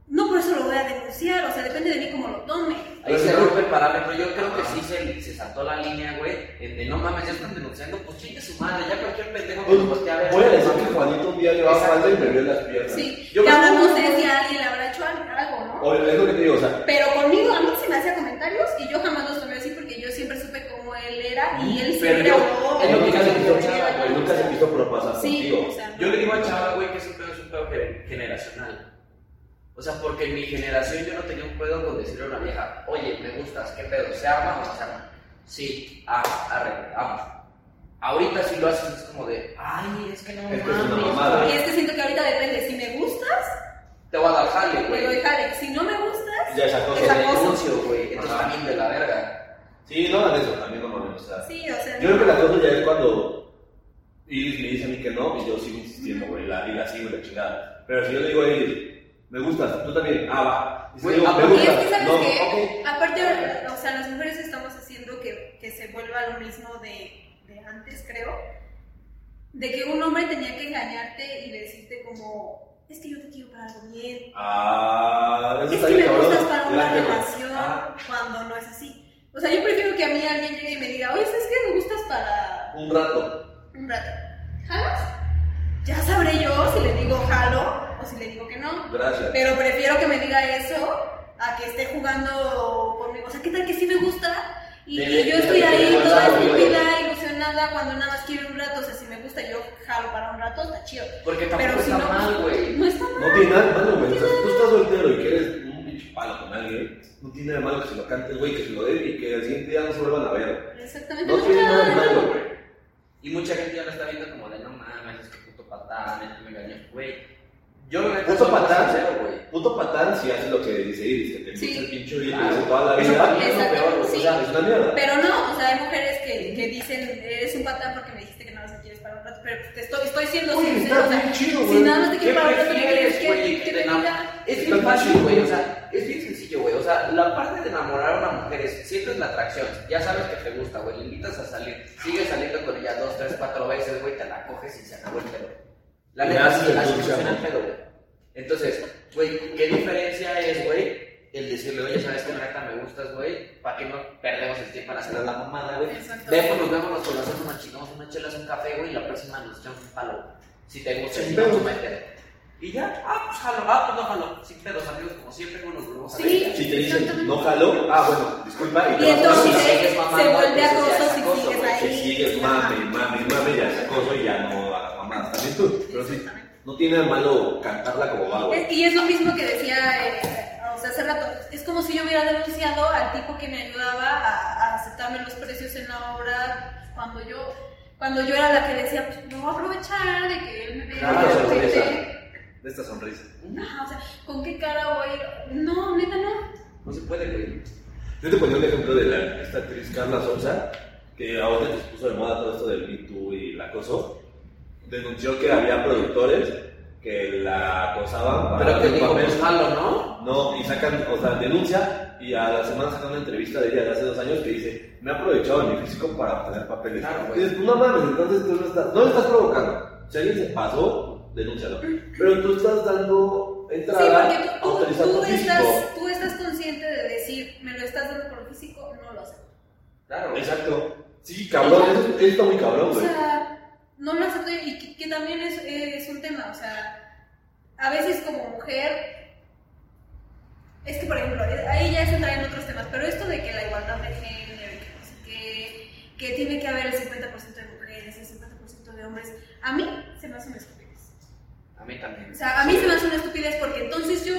S2: No por eso lo voy a denunciar, o sea, depende de mí cómo lo tome.
S3: Ahí se rompe el parámetro. Yo creo que sí se, se saltó la línea, güey. en De no mames, ya están denunciando. Pues chingue su madre, ya cualquier pendejo que
S1: Uy,
S3: lo
S2: pues,
S3: postea a ver.
S1: Voy a decir Pues, que Juanito un día llevaba
S3: Exacto.
S1: falda y me vio en las piernas.
S2: Sí,
S1: Yo
S2: que
S1: me-
S2: ahora no sé si a alguien le habrá hecho algo, ¿no?
S1: O- es lo que te digo, o sea,
S2: Pero conmigo, a mí se me hacía comentarios y yo jamás los tomé así porque yo siempre supe cómo él era
S1: Mm,
S2: y él
S3: Pero
S2: siempre
S3: yo-
S2: habló.
S3: él
S1: él nunca se
S2: él
S1: quiso
S2: siempre
S1: chava,
S2: habló,
S1: güey, nunca se quiso propasar
S2: Sí,
S1: contigo.
S2: o sea,
S3: Yo le digo a Chava, güey, que ese pedo es un pedo gener- generacional. O sea, porque en mi generación yo no tenía un pedo con decirle a una vieja, oye, me gustas, ¿qué pedo? ¿Se ama o no se ama? Sí, ah, arre, amo. Ahorita si lo haces es como de, ay, es que no
S1: Es que es una
S3: mames,
S1: mamada.
S2: Y es que siento que ahorita depende, si me gustas,
S3: Te voy a dar jale,
S2: te
S3: güey.
S2: doy jale. Si no me gustas,
S1: Ya esa cosa.
S2: Esa
S3: Te
S2: cosa.
S3: denuncio, güey. Entonces
S1: Ajá.
S3: también de la verga.
S1: Sí, no, de eso también no mames, o sea.
S2: sí, o sea,
S1: Yo creo que la cosa ya es cuando Iris me dice a mí que no, y yo sigo insistiendo, güey, la, y la sigo y la chingada. Pero si yo le digo a Iris, me gustas, tú también, ah, va. Y si
S3: Güey,
S1: le digo,
S3: ah,
S1: me
S2: Y es
S1: gustas,
S2: que sabes
S1: no,
S2: que, aparte, ahora, o sea, las mujeres estamos haciendo que, que se vuelva lo mismo de, de antes, creo, de que un hombre tenía que engañarte y decirte como, es que yo te quiero para algo bien,
S1: ok. Ah, eso
S2: es
S1: está
S2: que
S1: bien,
S2: me
S1: cabrón. Ah.
S2: gustas para una
S1: Ya, ya,
S2: relación cuando no es así. O sea, yo prefiero que a mí alguien llegue y me diga, oye, ¿sabes qué? Me gustas para
S1: Un rato.
S2: un rato. ¿Jalas? Ya sabré yo si le digo jalo o si le digo que no.
S1: Gracias.
S2: Pero prefiero que me diga eso a que esté jugando conmigo. O sea, ¿qué tal que sí me gusta? Y,
S3: Dele,
S2: y yo estoy
S3: dele,
S2: ahí
S3: dele,
S2: toda
S3: dele, dele.
S2: estúpida, ilusionada, cuando nada más quiero un rato. O sea, si me gusta, yo jalo para un rato, está chido.
S3: Porque tampoco
S2: Pero si
S3: está
S2: no, pues-
S3: mal, güey.
S2: no está mal.
S1: No tiene nada de malo, güey. O sea, si tú estás soltero y quieres un pinche palo con alguien, no tiene nada de malo que se lo cantes, güey, que se lo den y que al siguiente día no se vuelvan a ver.
S2: Exactamente.
S1: No tiene nada de malo, güey.
S3: Y mucha gente ya lo está viendo como de, no mames, es que puto patán, es que me engañó, güey. Yo me
S1: Puto patán.
S3: sincero, güey.
S1: Puto patán si hace lo que dice Iris, que te
S2: Sí.
S1: empieza el pinche oído
S3: Claro.
S1: toda la
S3: Eso
S1: vida.
S3: también es lo peor, güey. O sea,
S1: Es una mierda.
S2: Pero no, o sea, hay mujeres que, que dicen, eres un patán porque me dijiste que nada más te quieres para un rato. Pero te estoy, estoy siendo
S1: Oye,
S2: sincero.
S1: está
S2: O sea,
S1: bien chido,
S2: si
S1: güey.
S2: nada más te
S3: ¿Qué
S2: quieres para un rato, ¿qué
S3: prefieres,
S2: quieres que,
S3: güey, que
S2: que
S3: te
S2: te
S3: enam-
S2: diga?
S3: Es
S1: Está
S3: bien fácil,
S1: chido.
S3: güey. O sea, es bien sencillo, güey. O sea, la parte de enamorar a una mujer es siempre es la atracción. Ya sabes que te gusta, güey. Le invitas a salir. Sigues saliendo con ella dos, tres, cuatro veces, güey. Te la coges y se acabó el pedo. La
S1: Y
S3: neta
S1: haces
S3: sí,
S1: el
S3: así
S1: dulce
S3: funciona el
S1: amor.
S3: pedo, güey. Entonces, güey, ¿qué diferencia es, güey? El decirle, oye, sabes que neta me gustas, güey. ¿Para qué no perdemos el tiempo para hacer la mamada, güey?
S2: Exacto.
S3: Vémonos, vémonos, conocemos, nos chingamos unas chelas, un café, güey, y la próxima nos echamos un palo. Si te gusta,
S1: Sin
S3: si no,
S1: pedos.
S3: tú métete. Y ya, ah, pues jalo, ah, pues no jalo. Sin pedos, amigos, como siempre, güey, nos volvemos a ver.
S2: Sí.
S3: y ya.
S1: Si te dicen
S2: Exactamente.
S1: no jaló, ah, bueno, disculpa, y te
S2: Y
S1: vas a la
S2: entonces
S1: cita.
S3: sigues
S2: se
S3: mamando,
S2: vuelve
S3: entonces ya
S2: acoso
S3: es
S2: si
S3: acoso,
S2: sigues
S3: güey,
S2: ahí.
S1: Si sigues mame, mame, mame, ya es acoso y ya no hagas mamadas. También tú. Pero sí, no tiene nada de malo cantarla como va, güey.
S2: Es- Y es lo mismo que decía eh, o sea, hace rato. Es como si yo hubiera denunciado al tipo que me ayudaba a, a aceptarme los precios en la obra cuando yo, cuando yo era la que decía, pues me voy a aprovechar de que él me vea.
S1: Claro,
S2: de
S1: se
S2: repente".
S1: aprovecha. De esta sonrisa.
S2: Ajá, o sea, ¿con qué cara voy? a ir? No, neta, no.
S3: No se puede, güey.
S1: Yo te ponía un ejemplo de la, esta actriz Carla Sosa, que ahora que se puso de moda todo esto del Me Too y el acoso, denunció que había productores que la acosaban
S3: Pero te
S1: hacer
S3: digo,
S1: Ah, papel.
S3: pues jalo, ¿no?
S1: No, y sacan, o sea, denuncia y a la semana sacan una entrevista de ella de hace dos años que dice, me ha aprovechado de mi físico para obtener papeles.
S3: Claro,
S1: y
S3: güey.
S1: dices, "Pues no mames, entonces tú no estás, no lo estás provocando. Si alguien se pasó, denúncialo. Pero tú estás dando
S2: Sí,
S1: entrada
S2: porque
S1: a
S2: tú, tú,
S1: utilizar tu
S2: tú
S1: físico.
S2: estás, tú estás consciente de decir, me lo estás dando por lo físico, no lo acepto.
S3: Claro, güey.
S1: Exacto. Sí, cabrón, eso, eso está muy cabrón,
S2: O
S1: güey.
S2: sea, no lo acepto y que, que también es, es un tema, o sea, a veces como mujer, es que por ejemplo, eh, ahí ya se traen otros temas, pero esto de que la igualdad de género, y que, no sé qué, que tiene que haber el 50% de mujeres, el 50% de hombres, a mí se me hace una estupidez.
S3: A mí también.
S2: O sea, a mí se me hace una estupidez porque entonces yo,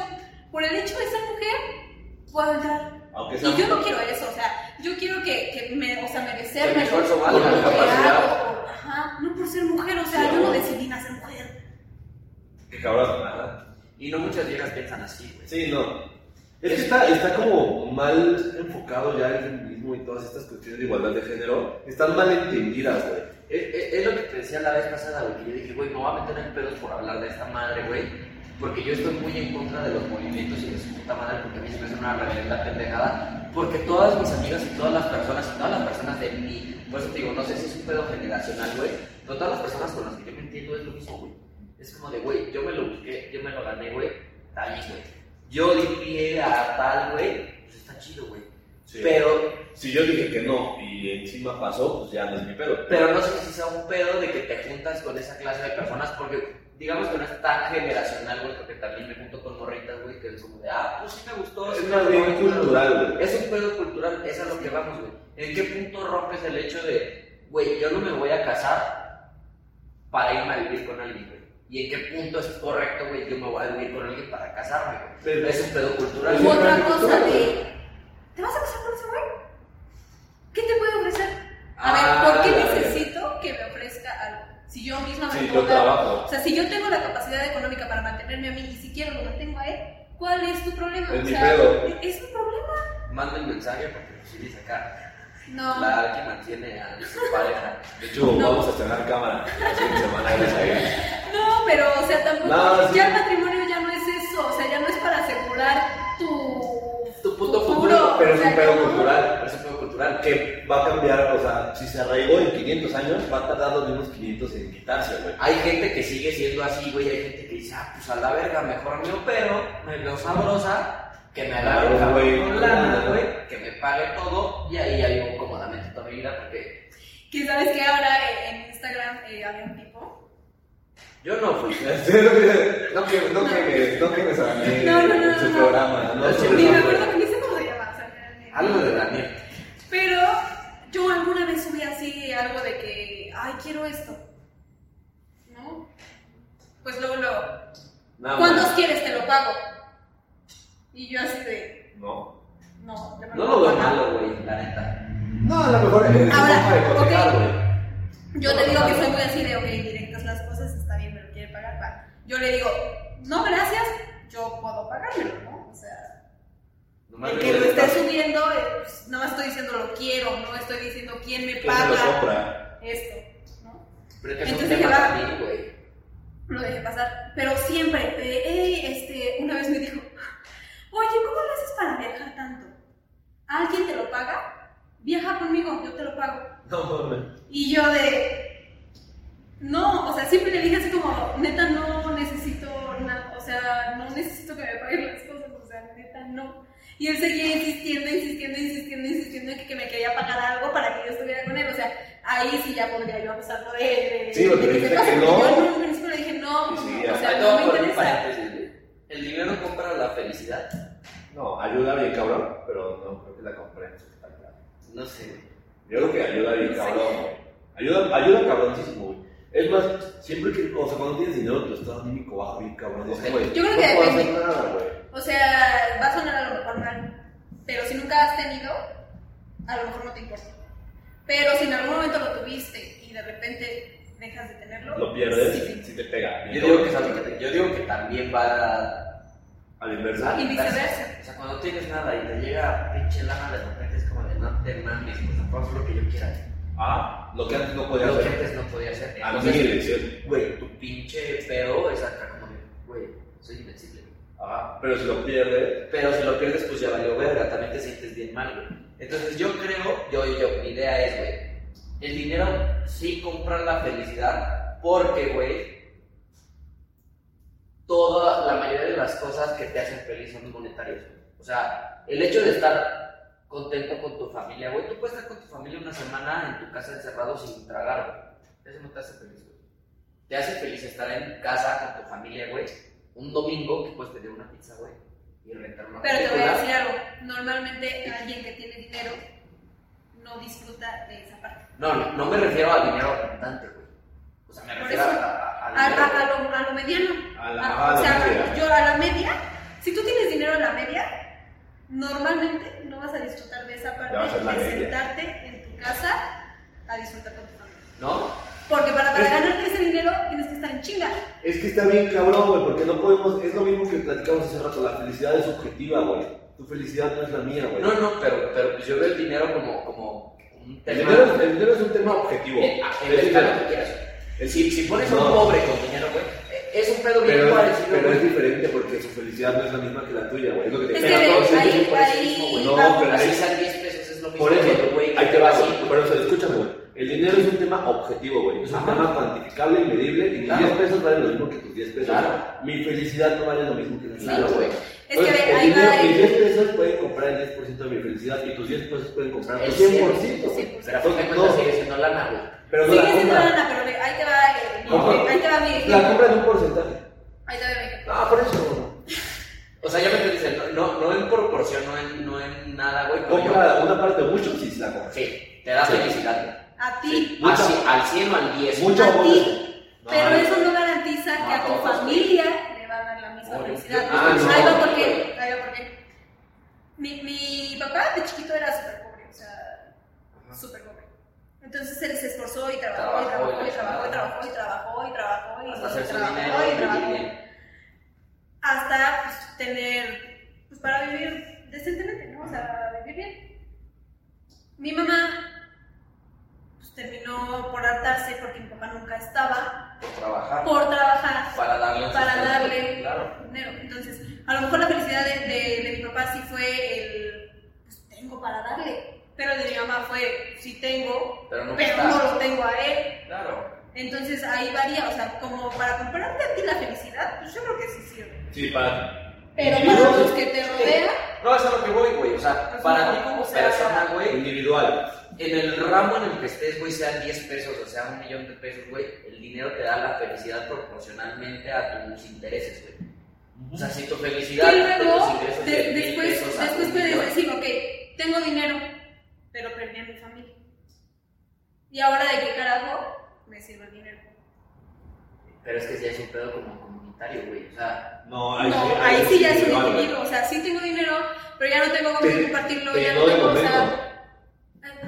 S2: por el hecho de ser mujer, puedo entrar
S1: Aunque sea
S2: y yo no quiero eso, o sea, yo quiero que, que me, o sea, merecerme.
S3: Que mi esfuerzo valga,
S2: por lo
S3: la
S2: que
S3: capacidad.
S2: hago, Ajá, no por ser mujer, o sea,
S1: Sí,
S2: yo no
S1: güey.
S2: decidí nacer mujer.
S1: que cabrón, nada.
S3: Y no muchas viejas piensan así, güey.
S1: Sí, no. Es que está, está como mal enfocado ya el feminismo y todas estas cuestiones de igualdad de género. Están mal entendidas, güey.
S3: Es, es- es lo que te decía la vez pasada, güey, que yo dije, güey, me voy a meter en pedos por hablar de esta madre, güey. porque yo estoy muy en contra de los movimientos y de su puta madre, porque a mí se me hace una reverenda pendejada, porque todas mis amigas y todas las personas, y todas las personas de mí, por eso te digo, no sé si es un pedo generacional, güey, pero todas las personas con las que yo me entiendo es lo mismo, güey. Es como de, güey, yo me lo busqué, yo me lo gané, güey, está bien, güey. Yo di pie a tal, güey, pues está chido, güey.
S1: Sí.
S3: Pero
S1: Si yo dije que no y encima pasó, pues ya no es mi pedo.
S3: Pero no sé si sea un pedo de que te juntas con esa clase de personas, porque digamos que no es tan generacional, güey, porque también me junto con morritas, güey, que es como de, ah, pues sí me gustó. sí
S1: Es
S3: me
S1: más bien
S3: gustó,
S1: cultural, güey.
S3: Es un pedo cultural, es a lo que vamos, güey. ¿En qué punto rompes el hecho de, güey, yo no me voy a casar para irme a vivir con alguien, güey? ¿Y en qué punto es correcto, güey, yo me voy a vivir con alguien para casarme, güey?
S1: Pero-
S3: es un pedo cultural.
S2: U
S3: güey.
S2: otra cosa de. ¿Te vas a casar con ese güey? ¿Qué te puede ofrecer? A
S3: Ah,
S2: ver, ¿por qué
S3: la verga.
S2: necesito que me ofrezca algo? Si yo misma me
S1: Sí,
S2: puedo
S1: yo
S2: dar-
S1: trabajo.
S2: O sea, si yo tengo la capacidad económica para mantenerme a mí y si quiero lo mantengo a él, ¿cuál es tu problema?
S1: Es
S2: o
S1: mi
S2: sea,
S1: pedo.
S2: es mi problema.
S3: Manden mensaje porque nos sigues acá.
S2: No.
S3: La que mantiene a su pareja.
S1: De hecho,
S2: No.
S1: vamos a estrenar cámara la siguiente semana. gracias a Dios.
S2: No, pero, o sea, tampoco.
S1: No, sí.
S2: Ya el matrimonio ya no es eso. O sea, ya no es para asegurar tu.
S3: Tu puto
S2: futuro.
S1: Pero es
S2: o sea,
S1: un pedo
S2: ya no.
S1: cultural.
S3: Es un pedo cultural.
S1: Que va a cambiar, o sea, si se arraigó en 500 años, va a tardar los mismos 500 en quitarse, güey.
S3: Hay gente que sigue siendo así, güey. Hay gente que dice, ah, pues a la verga, mejor me opero, me veo sabrosa, que me agarre un
S1: Claro, güey.
S3: cabrón con lana, güey, que me pague todo y ahí ya vivo cómodamente toda mi vida porque
S2: Que sabes que ahora eh, en Instagram eh, había un tipo.
S3: yo no fui.
S1: No que, no que, no que me salí
S2: No, no, no,
S1: en su
S2: no, no.
S1: programa. No,
S3: Sí,
S2: Ni me
S3: no,
S2: acuerdo que ni sé cómo se llama. o sea, realmente.
S3: Algo de Daniel.
S2: Pero yo alguna vez subí así algo de que, ay, quiero esto. ¿No? Pues luego, luego,
S3: Ah,
S1: Nada más.
S2: ¿cuántos quieres? Te lo pago. Y yo así de,
S1: No.
S2: no, yo me
S3: No lo veo
S2: pago.
S3: malo, güey, la neta.
S1: No, a lo mejor es
S2: Ahora,
S1: forma de cotejar,
S2: ok.
S1: güey.
S2: Yo te digo que soy muy así de, ok, directas las cosas, está bien, me lo quiere pagar, va. Yo le digo, no, gracias, yo puedo pagármelo, ¿no? O sea,
S3: Nomás
S2: el
S3: me
S2: que lo
S3: gusta.
S2: esté subiendo, eh, pues, nada más estoy diciendo lo quiero, no estoy diciendo quién me
S1: ¿Quién se lo
S2: paga
S1: compra?
S2: esto, ¿no?
S3: Pero es que es un
S2: Entonces,
S3: tema
S2: ya va.
S3: también, güey.
S2: lo dejé pasar. Pero siempre, eh, "Ey, este, una vez me dijo, oye, ¿cómo lo haces para viajar tanto? ¿Alguien te lo paga? Viaja conmigo, yo te lo pago.
S1: No, mames.
S2: Y yo de, no, o sea, siempre le dije así como, neta, no necesito nada, o sea, no necesito que me paguen las cosas, o sea, neta, no. Y él seguía insistiendo, insistiendo, insistiendo, insistiendo en que, que me quería pagar algo para que yo estuviera con él. O sea, ahí sí ya podría yo abusarlo de él. de-
S1: Sí, porque
S2: de
S1: dijiste
S2: se
S1: que
S2: pase, porque
S1: no.
S2: Yo en un principio le dije, no,
S1: Y sí,
S2: no, o
S1: ya.
S2: sea,
S3: Ahí te
S2: no
S3: voy a
S2: me
S3: poner un
S2: interesa.
S3: paréntesis, güey. El dinero no compra la felicidad.
S1: No, ayuda bien cabrón, pero no creo que la compré.
S3: No sé, güey.
S1: Yo creo que ayuda bien,
S2: Sí.
S1: cabrón. güey. Ayuda, ayuda cabroncísimo, güey. Es más, siempre que, o sea, cuando tienes dinero, tu estado anímico baja bien cabrón. Es, güey,
S2: Yo creo
S1: no
S2: que
S1: puedo
S2: depende.
S1: hacer nada, güey.
S2: O sea, va a sonar a lo mejor mal, pero si nunca has tenido, a lo mejor no te importa. Pero si en algún momento lo tuviste y de repente dejas de tenerlo,
S1: Lo pierdes,
S2: sí, sí.
S1: si te pega.
S3: Yo digo que, es algo que- yo digo que también va
S1: Al inversa.
S2: Y viceversa.
S3: O sea, cuando tienes nada y te llega pinche lana de repente es como de no te mames, o sea, puedo hacer lo que yo quiera.
S1: Ah, lo que antes no podía
S3: Lo que
S1: hacer.
S3: antes no podía hacer.
S1: A mi
S3: Entonces,
S1: elección.
S3: güey, tu pinche pedo es acá como de, güey, soy invencible.
S1: Ah, pero si lo pierdes,
S3: Pero si lo pierdes, pues ya valió verga, también te sientes bien mal, güey. Entonces yo creo, yo, yo, mi idea es, güey, el dinero sí compra la felicidad porque, güey, toda la mayoría de las cosas que te hacen feliz son monetarias. güey. O sea, el hecho de estar contento con tu familia, güey, tú puedes estar con tu familia una semana en tu casa encerrado sin tragar, güey. Eso no te hace feliz, güey. Te hace feliz estar en casa con tu familia, güey. Un domingo que puedes pedir una pizza, güey. Y rentar una
S2: Pero te voy a
S3: película.
S2: decir algo, normalmente alguien que tiene dinero no disfruta de esa parte.
S3: No, no, no me refiero a dinero abundante, güey. O sea, me
S2: Por
S3: refiero a,
S2: eso,
S3: a- a
S2: A,
S3: dinero,
S2: a- a lo, a lo mediano.
S1: a la
S2: A-
S1: Ah, a
S2: Ah, o
S1: la
S2: sea,
S1: media.
S2: yo a la media, si tú tienes dinero a la media, normalmente no vas a disfrutar de esa
S1: Ya vas a
S2: parte
S1: ser la
S2: de
S1: media.
S2: sentarte en tu casa a disfrutar con tu familia.
S3: ¿No?
S2: Porque para, para
S1: Es-
S2: ganarte ese dinero tienes que estar en chinga.
S1: Es que está bien cabrón, güey, porque no podemos, es lo mismo que platicamos hace rato, la felicidad es subjetiva, güey. Tu felicidad no es la mía, güey.
S3: No, no, pero, pero pues yo veo el dinero como, como un
S1: El
S3: tema.
S1: dinero, el dinero es un tema objetivo.
S3: Eh, ah,
S1: Es
S3: en el
S1: decir,
S3: escala que quieras.
S1: es-
S3: Si, si pones a
S1: No.
S3: un pobre con dinero, güey, eh, es un pedo bien
S1: Pero,
S3: parecido,
S1: pero
S3: güey.
S1: es diferente porque su felicidad no es la misma que la tuya, güey. Es lo que te
S2: Es
S1: quiero
S2: que
S3: Pero todos
S2: ve,
S3: ellos
S2: ahí,
S3: son por eso mismo,
S2: ahí,
S3: güey.
S1: No,
S2: vamos.
S1: pero
S3: Así
S1: ahí-
S3: sean 10 pesos, es lo mismo.
S1: Por eso,
S3: que, güey,
S1: ahí te va,
S3: así,
S1: güey. Por eso, escúchame, güey. El dinero es un tema objetivo, güey. Es un
S3: Ajá.
S1: tema cuantificable y medible. Y mis
S3: Claro.
S1: 10 pesos valen lo mismo que tus 10 pesos.
S3: Claro.
S1: Mi felicidad no vale lo mismo que la tuya.
S3: Claro, güey.
S2: Es que ve,
S1: el
S2: ahí
S1: dinero,
S2: va.
S1: mis
S2: el-
S1: 10 pesos pueden comprar el 10% de mi felicidad y tus 10 pesos pueden comprar
S3: El
S1: tu 100%. güey.
S2: 100%.
S3: Pero a fin de
S1: No,
S3: cuentas sigue siendo lana, güey.
S1: pero no
S2: Sigue
S1: la
S2: siendo
S1: compra.
S2: lana, pero ve, ahí te va. el- el-
S1: Compra.
S2: Ahí te va mi
S1: La
S2: ejemplo.
S1: compra en un porcentaje.
S2: Ahí te va mi ejemplo.
S1: Ah, por eso.
S3: O sea, ya me entendiste, no, no, no en proporción, no en, no en nada, güey. pero
S1: Compra una parte de mucho si la
S3: yo-
S1: compras.
S3: Sí, te da
S1: Sí.
S3: felicidad, güey.
S2: A
S3: Sí,
S2: ti.
S1: Mucho.
S3: así, al 100 o al 10.
S1: Mucho
S2: a
S1: amor.
S2: ti.
S1: No,
S2: Pero
S1: no.
S2: eso no garantiza
S3: No,
S2: que a tu
S3: todos, güey.
S2: familia le va a dar la misma
S3: Obvio.
S2: felicidad.
S1: Ah, no.
S2: Ahí va por qué. Ahí va por qué. Mi, mi papá de chiquito era súper pobre, o sea, súper pobre. Entonces él se esforzó y trabajó y
S3: Trabajó
S2: trabajó
S3: y
S2: y trabajó y
S3: trabajó.
S2: trabajó y trabajó y trabajó y
S3: Hasta hacer su
S2: trabajó
S3: dinero
S2: y
S3: y
S2: trabajó.
S3: vivir bien.
S2: hasta pues, tener, pues para vivir decentemente, ¿no? O sea, vivir bien. Mi mamá pues, terminó por hartarse porque mi papá nunca estaba,
S3: Por trabajar.
S2: por trabajar
S3: Para darle un
S2: para
S3: sustento,
S2: darle
S3: Claro.
S2: dinero. Entonces, a lo mejor la felicidad de, de- de mi papá sí fue el, pues tengo para darle, pero el de mi mamá fue, sí tengo,
S3: Pero no
S2: pero
S3: está.
S2: no lo tengo a él.
S3: Claro.
S2: Entonces ahí varía, o sea, como para compararte a ti la felicidad, pues yo creo que sí sirve.
S1: Sí, para.
S2: Pero
S1: Sí,
S2: para
S1: no,
S2: los que te rodean,
S3: No, eso es a lo que voy, güey. O sea,
S2: Pues
S3: para
S2: no,
S3: ti como
S2: o sea,
S3: persona, güey,
S1: Individual.
S3: en el ramo en el que estés, güey, sean 10 pesos o sea un millón de pesos, güey, el dinero te da la felicidad proporcionalmente a tus intereses, güey. O sea, si tu
S2: y
S3: felicidad de tus
S2: luego
S3: ingresos
S2: de-
S3: de mil
S2: después,
S3: pesos a
S2: después
S3: un
S2: puedes
S3: millón,
S2: decir, ok, tengo dinero, pero perdí a mi familia. ¿Y ahora de qué carajo me sirve el dinero?
S3: Pero es que ya es un pedo como comunitario, güey. O sea,
S1: No, ahí sí,
S2: No, ahí sí ya es un
S1: individual,
S2: equilibrio, o sea, sí tengo dinero, pero ya no tengo cómo
S1: Te-
S2: compartirlo,
S1: te
S2: ya
S1: llenó
S2: no
S1: de
S2: tengo, o
S1: momento.
S2: sea,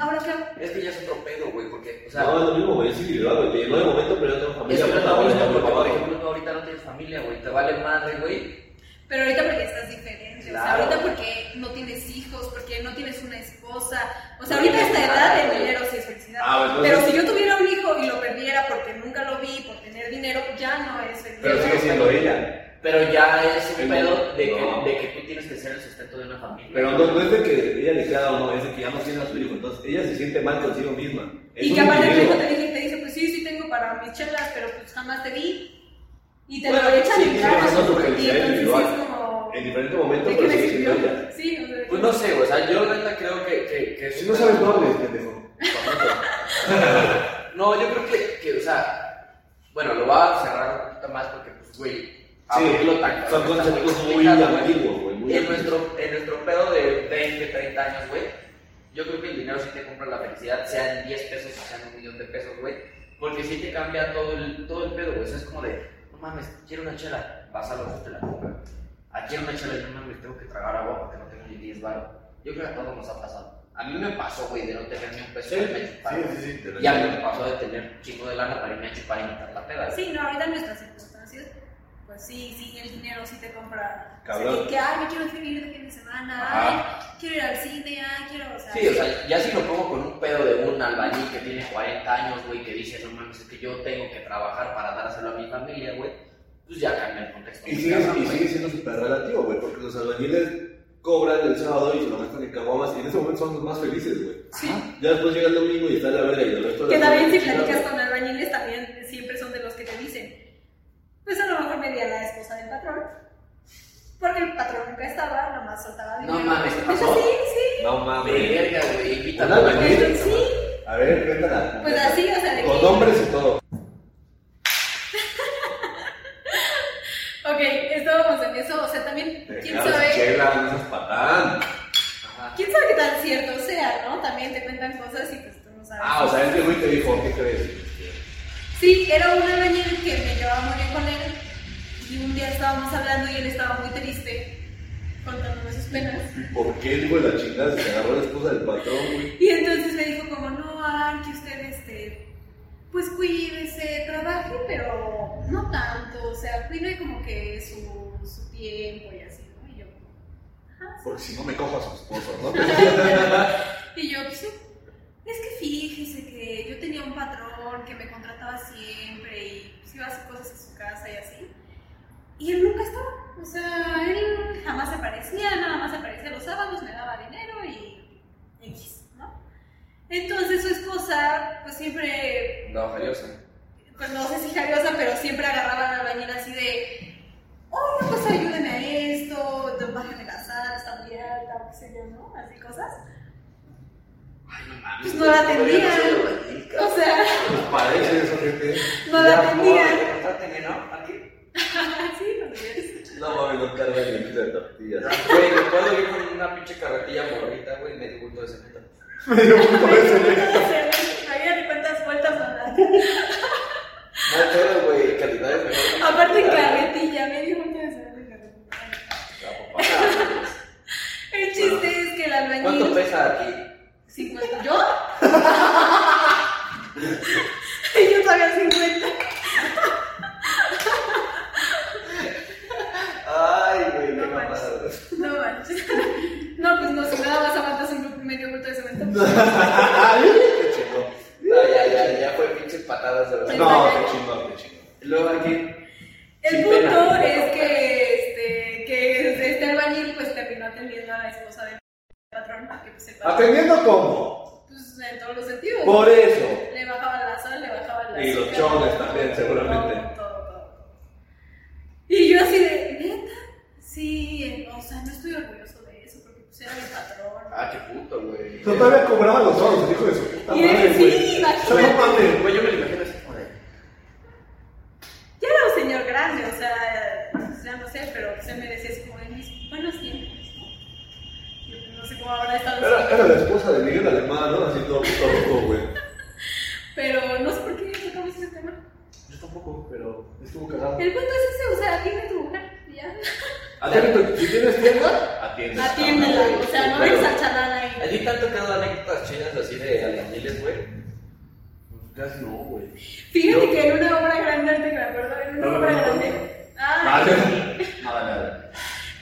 S2: ahora qué hago?
S3: es que ya es otro pedo, güey, porque, o sea,
S1: No, es lo mismo, güey, es individual, güey. Te llenó de momento, pero yo tengo
S3: es
S1: familia.
S3: un
S1: puta,
S3: pedo,
S1: güey,
S3: güey,
S1: no,
S3: porque,
S1: papá,
S3: por
S1: güey.
S3: ejemplo, tú ahorita no tienes familia, güey, te vale madre, güey.
S2: Pero ahorita porque estás diferente, o sea,
S3: Claro.
S2: ahorita porque no tienes hijos, porque no tienes una esposa, o sea,
S3: No
S2: ahorita a esta
S3: tienes
S2: edad
S3: nada,
S2: el
S3: güey.
S2: dinero sí es felicidad.
S1: Ah, bueno,
S2: Pero
S1: entonces-
S2: si yo tuviera un hijo y lo perdiera porque nunca lo vi, por tener dinero, ya no es felicidad.
S1: Pero sigue siendo ella.
S3: Pero ya es un
S1: El-
S3: pedo de que,
S1: no.
S3: de que tú tienes que ser el sustento de una familia.
S1: Pero no, no es de que ella le queda o no, es de que ya no tiene a su hijo. Entonces ella se siente mal consigo misma. Es
S2: y
S1: un
S2: que aparte el hijo
S1: individuo.
S2: te dije, te dice, pues sí, sí tengo para mis chelas, pero pues jamás te vi. Y te
S1: Bueno,
S2: lo echan
S1: sí,
S2: en
S1: sí,
S2: cara.
S1: es otro
S2: Y
S1: felicidad
S2: entonces sí
S1: individual.
S2: es como...
S1: En diferente momento,
S2: ¿De qué
S1: pero
S2: me
S1: sigue siendo
S2: sirvió?
S1: ella.
S2: Sí, o sea,
S3: Pues no sé, güey, o sea, yo neta creo que, que, que es
S1: Si
S3: un
S1: no
S3: pedo-
S1: sabes, no hables, pendejo.
S3: No, yo creo que, que, o sea, bueno, lo voy a cerrar un poquito más porque, pues, güey,
S2: Ah,
S3: abrirlo tan
S1: son
S3: cabrón está
S1: conceptos muy
S3: complicado, güey.
S1: antiguos, güey, muy
S3: En
S1: antiguos.
S3: nuestro, en nuestro pedo de 20, 30 años, güey, yo creo que el dinero sí te compra la felicidad, sean 10 pesos o sean un millón de pesos, güey, porque sí te cambia todo el, todo el pedo, güey. O sea, es como de, no mames, quiero una chela, vas a lo te la compras. Ah, quiero una chela, no mames, tengo que tragar agua porque no tengo ni 10 baros. Yo creo que a todos nos ha pasado. A mí me pasó, güey, de no tener ni un peso al mes para
S4: sí, sí.
S3: ya me pasó de tener un chingo de lana para irme a chupar y matar la peda.
S2: Sí, no, ahorita en nuestras circunstancias, pues sí, sí, el dinero sí te compra.
S1: Cabrón.
S2: O sea, que, que, ay, yo quiero vivir de fin de semana, ay, quiero ir al cine, ay, quiero, o sea.
S3: Sí, o sea, ya si lo pongo con un pedo de un albañil que tiene 40 años, güey, que dice, no mames, es que yo tengo que trabajar para dárselo a mi familia, güey, pues ya cambia el contexto.
S1: Y
S3: de mi
S1: sigue,
S3: casa,
S1: y
S3: güey.
S1: sigue siendo súper relativo, güey, porque los albañiles cobran el sábado y se lo gastan en caguamas y en ese momento son los más felices, güey.
S2: Sí.
S1: Ya después llega el domingo y está la verga y el resto de
S2: Que
S1: la
S2: también si
S1: semana-
S2: platicas con albañiles, también siempre son de los que te dicen, pues a lo mejor me di a la esposa del patrón, porque el patrón nunca estaba, nomás soltaba
S3: No
S2: dinero.
S3: mames, ¿te pasó?
S2: Eso sí, sí.
S1: No mames.
S3: Verga, güey, invita
S1: Un
S3: a
S1: albañil.
S2: Pues, sí,
S1: A ver, cuéntala.
S2: pues así, o sea, de
S1: Con
S2: que-
S1: nombres y todo.
S2: Ok, estábamos en eso, o sea, también, quién
S1: Claro,
S2: sabe.
S1: Chela, no seas patán.
S3: Ajá.
S2: ¿Quién sabe qué tan cierto sea, no? También te cuentan cosas y pues tú no sabes.
S1: Ah, o sea, este güey te dijo, ¿qué crees?
S2: Sí, era un albañil que me llevaba muy bien con él y un día estábamos hablando y él estaba muy triste contándome sus penas.
S1: ¿Y por qué el hijo de la chingada se agarró la esposa del patrón, güey?
S2: Y entonces me dijo como, no, Ann, que usted, este, pues cuídese, trabaje, pero no tanto, o sea, cuide como que su, su tiempo y así, ¿no? Y yo, ajá, sí.
S1: Porque si no me cojo a su esposo, ¿no?
S2: Y yo, pues, es que fíjese que yo tenía un patrón que me contrataba siempre y pues, pues iba a hacer cosas a su casa y así. Y él nunca estaba. O sea, él jamás aparecía, nada más aparecía los sábados, me daba dinero y X, ¿no? Entonces su esposa, pues siempre
S3: No, valioso.
S2: pues no sé si javiosa, pero siempre agarraba la bañera así de, oh, pues ayúdeme a esto, de- bájame la sal, está muy alta, o qué sé yo, ¿no? Así cosas. Pues no la atendían. O sea,
S1: Pues parece eso, gente.
S2: no la atendían.
S3: ¿no? Aquí.
S2: sí, no sé.
S1: No mames, no carga el límite de tortillas.
S3: Güey, me puedo ir con una pinche carretilla morrita, güey, me dibujo todo ese puto.
S2: Imagínate cuántas vueltas a dar.
S3: No, pero, güey, calidad es mejor.
S2: Aparte en carretilla, medio monte de sal de carretilla.
S3: La papada.
S2: El chiste es que el
S3: ¿Cuánto
S2: albañil...
S3: pesa aquí?
S2: 50. ¿Yo? Yo todavía 50.
S3: Ay, güey,
S2: No
S3: no me ha
S2: manches.
S3: pasado.
S2: No manches. No, pues no, si nada más aguantas un medio bulto de cemento. No,
S3: No, ya, ya, ya fue pinches patadas de verdad.
S2: no
S1: chingón, qué chingón.
S3: Luego aquí.
S2: El
S3: sin
S2: punto
S3: pena.
S2: es que este, que este albañil pues terminó atendiendo a la esposa del patrón, que pues el
S1: Ah,
S2: patrón,
S8: ¿Atendiendo cómo?
S2: pues en todos los sentidos.
S8: Por eso.
S2: Le bajaban la sal, le bajaban la
S1: Y los
S2: azúcar,
S1: chones también,
S2: todo,
S1: seguramente.
S2: todo, todo, todo. Y yo así de, neta, sí, eh, o sea, no estoy orgulloso de eso, porque pues era mi patrón.
S3: Ah, qué puto, güey.
S8: Yo todavía cobraba los ojos, hijo de su puta
S2: Y él,
S8: madre,
S2: sí,
S8: güey.
S2: imagínate.
S8: Yo no mames.
S3: Güey, yo me lo imagino así como de.
S2: Ya era un señor grande, o sea, ya no sé, pero se me decía así como en mis buenos tiempos, ¿no? Yo no sé cómo ahora están los
S8: Era, era la esposa de Miguel Alemán, ¿no? Así todo puto loco, güey.
S2: Pero no sé por qué tocamos ese tema.
S8: Yo tampoco, pero estuvo cagado.
S2: El punto es ese, o sea, atiende a tu mujer, y ya.
S1: Ah,
S8: Atento, si tienes tienda,
S1: Atiende.
S2: Atiéndela, o sea, no
S3: Pero-
S2: eres al chalán ahí.
S3: ¿A ti te han tocado anécdotas chidas así de albañiles, güey?
S8: casi no, güey.
S2: Fíjate
S8: Yo-
S2: que en una obra grande, ahorita que me acuerdo, en una
S8: No, no,
S2: obra
S8: no, no,
S2: grande.
S8: no.
S2: Ah,
S8: Vale.
S1: Vale, vale.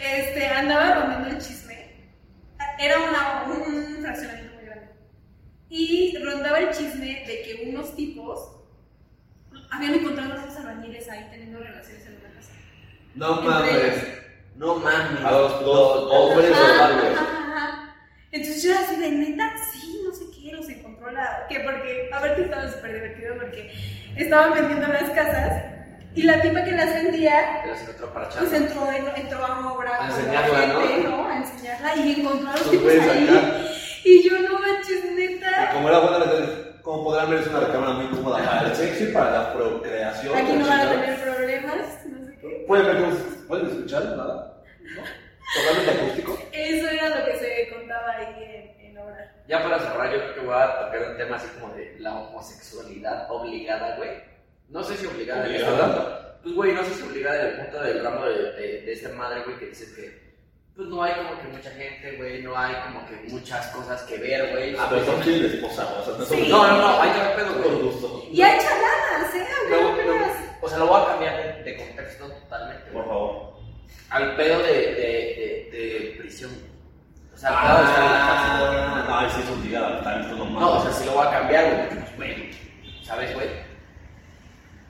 S2: Este, andaba rondando el chisme. Era una, un fraccionamiento muy grande. Y rondaba el chisme de que unos tipos habían encontrado a unos albañiles ahí teniendo relaciones en una casa.
S1: No
S2: Entre
S1: mames.
S2: ellos.
S3: No mames.
S1: A los dos
S2: Ah,
S1: hombres o
S2: Ajá,
S1: algo.
S2: ajá, ajá. Entonces yo era así de neta, sí, no sé qué, los encontró la. Que porque, a ver que estaba súper divertido porque estaban vendiendo las casas y la tipa que las vendía
S3: Pero se encontró para
S2: Pues
S3: echar.
S2: entró, en- entró a obra
S3: A
S2: con
S3: enseñarla,
S2: la gente,
S3: ¿no?
S2: ¿no? A enseñarla y encontró a los
S3: Los
S2: tipos
S3: güeyes
S2: ahí.
S3: acá.
S2: Y yo no manches, neta.
S8: Como era buena la tele, como podrán ver, es una recámara muy cómoda para el sexo y para la procreación.
S2: Aquí no van a
S8: chingada.
S2: tener problemas, no sé qué.
S8: ¿Pueden ver cómo se- ¿Pueden escuchar? ¿Nada? ¿No? ¿Totalmente acústico?
S2: Eso era lo que se contaba ahí en, en obra.
S3: Ya para cerrar, yo creo que voy a tocar un tema así como de la homosexualidad obligada, güey. No sé si obligada, ¿de qué está
S8: ¿Obligada?
S3: hablando? Pues, güey, no sé si obligada desde el punto del ramo de, de, de esta madre, güey, que dices que. Pues no hay como que mucha gente, güey, no hay como que muchas cosas que ver, güey. Pues,
S1: Ah, pero son fieles esposa, o sea, no son
S2: Sí.
S3: No, no, no, hay que ver pedo,
S1: no
S3: güey.
S1: con gusto.
S2: Y hay chaladas, ¿eh?
S3: Luego-
S2: Aunque no
S3: luego-
S2: creas.
S3: o sea, lo voy a cambiar de, de contexto totalmente.
S1: Por
S3: güey.
S1: favor.
S3: Al pedo de, de, de, de prisión. O sea, al pedo de estar en la cárcel, güey.
S1: Ah, ay, sí, es obligada, también esto no mames.
S3: No, o sea, sí lo voy a cambiar, güey, porque, pues, güey, ¿sabes, güey?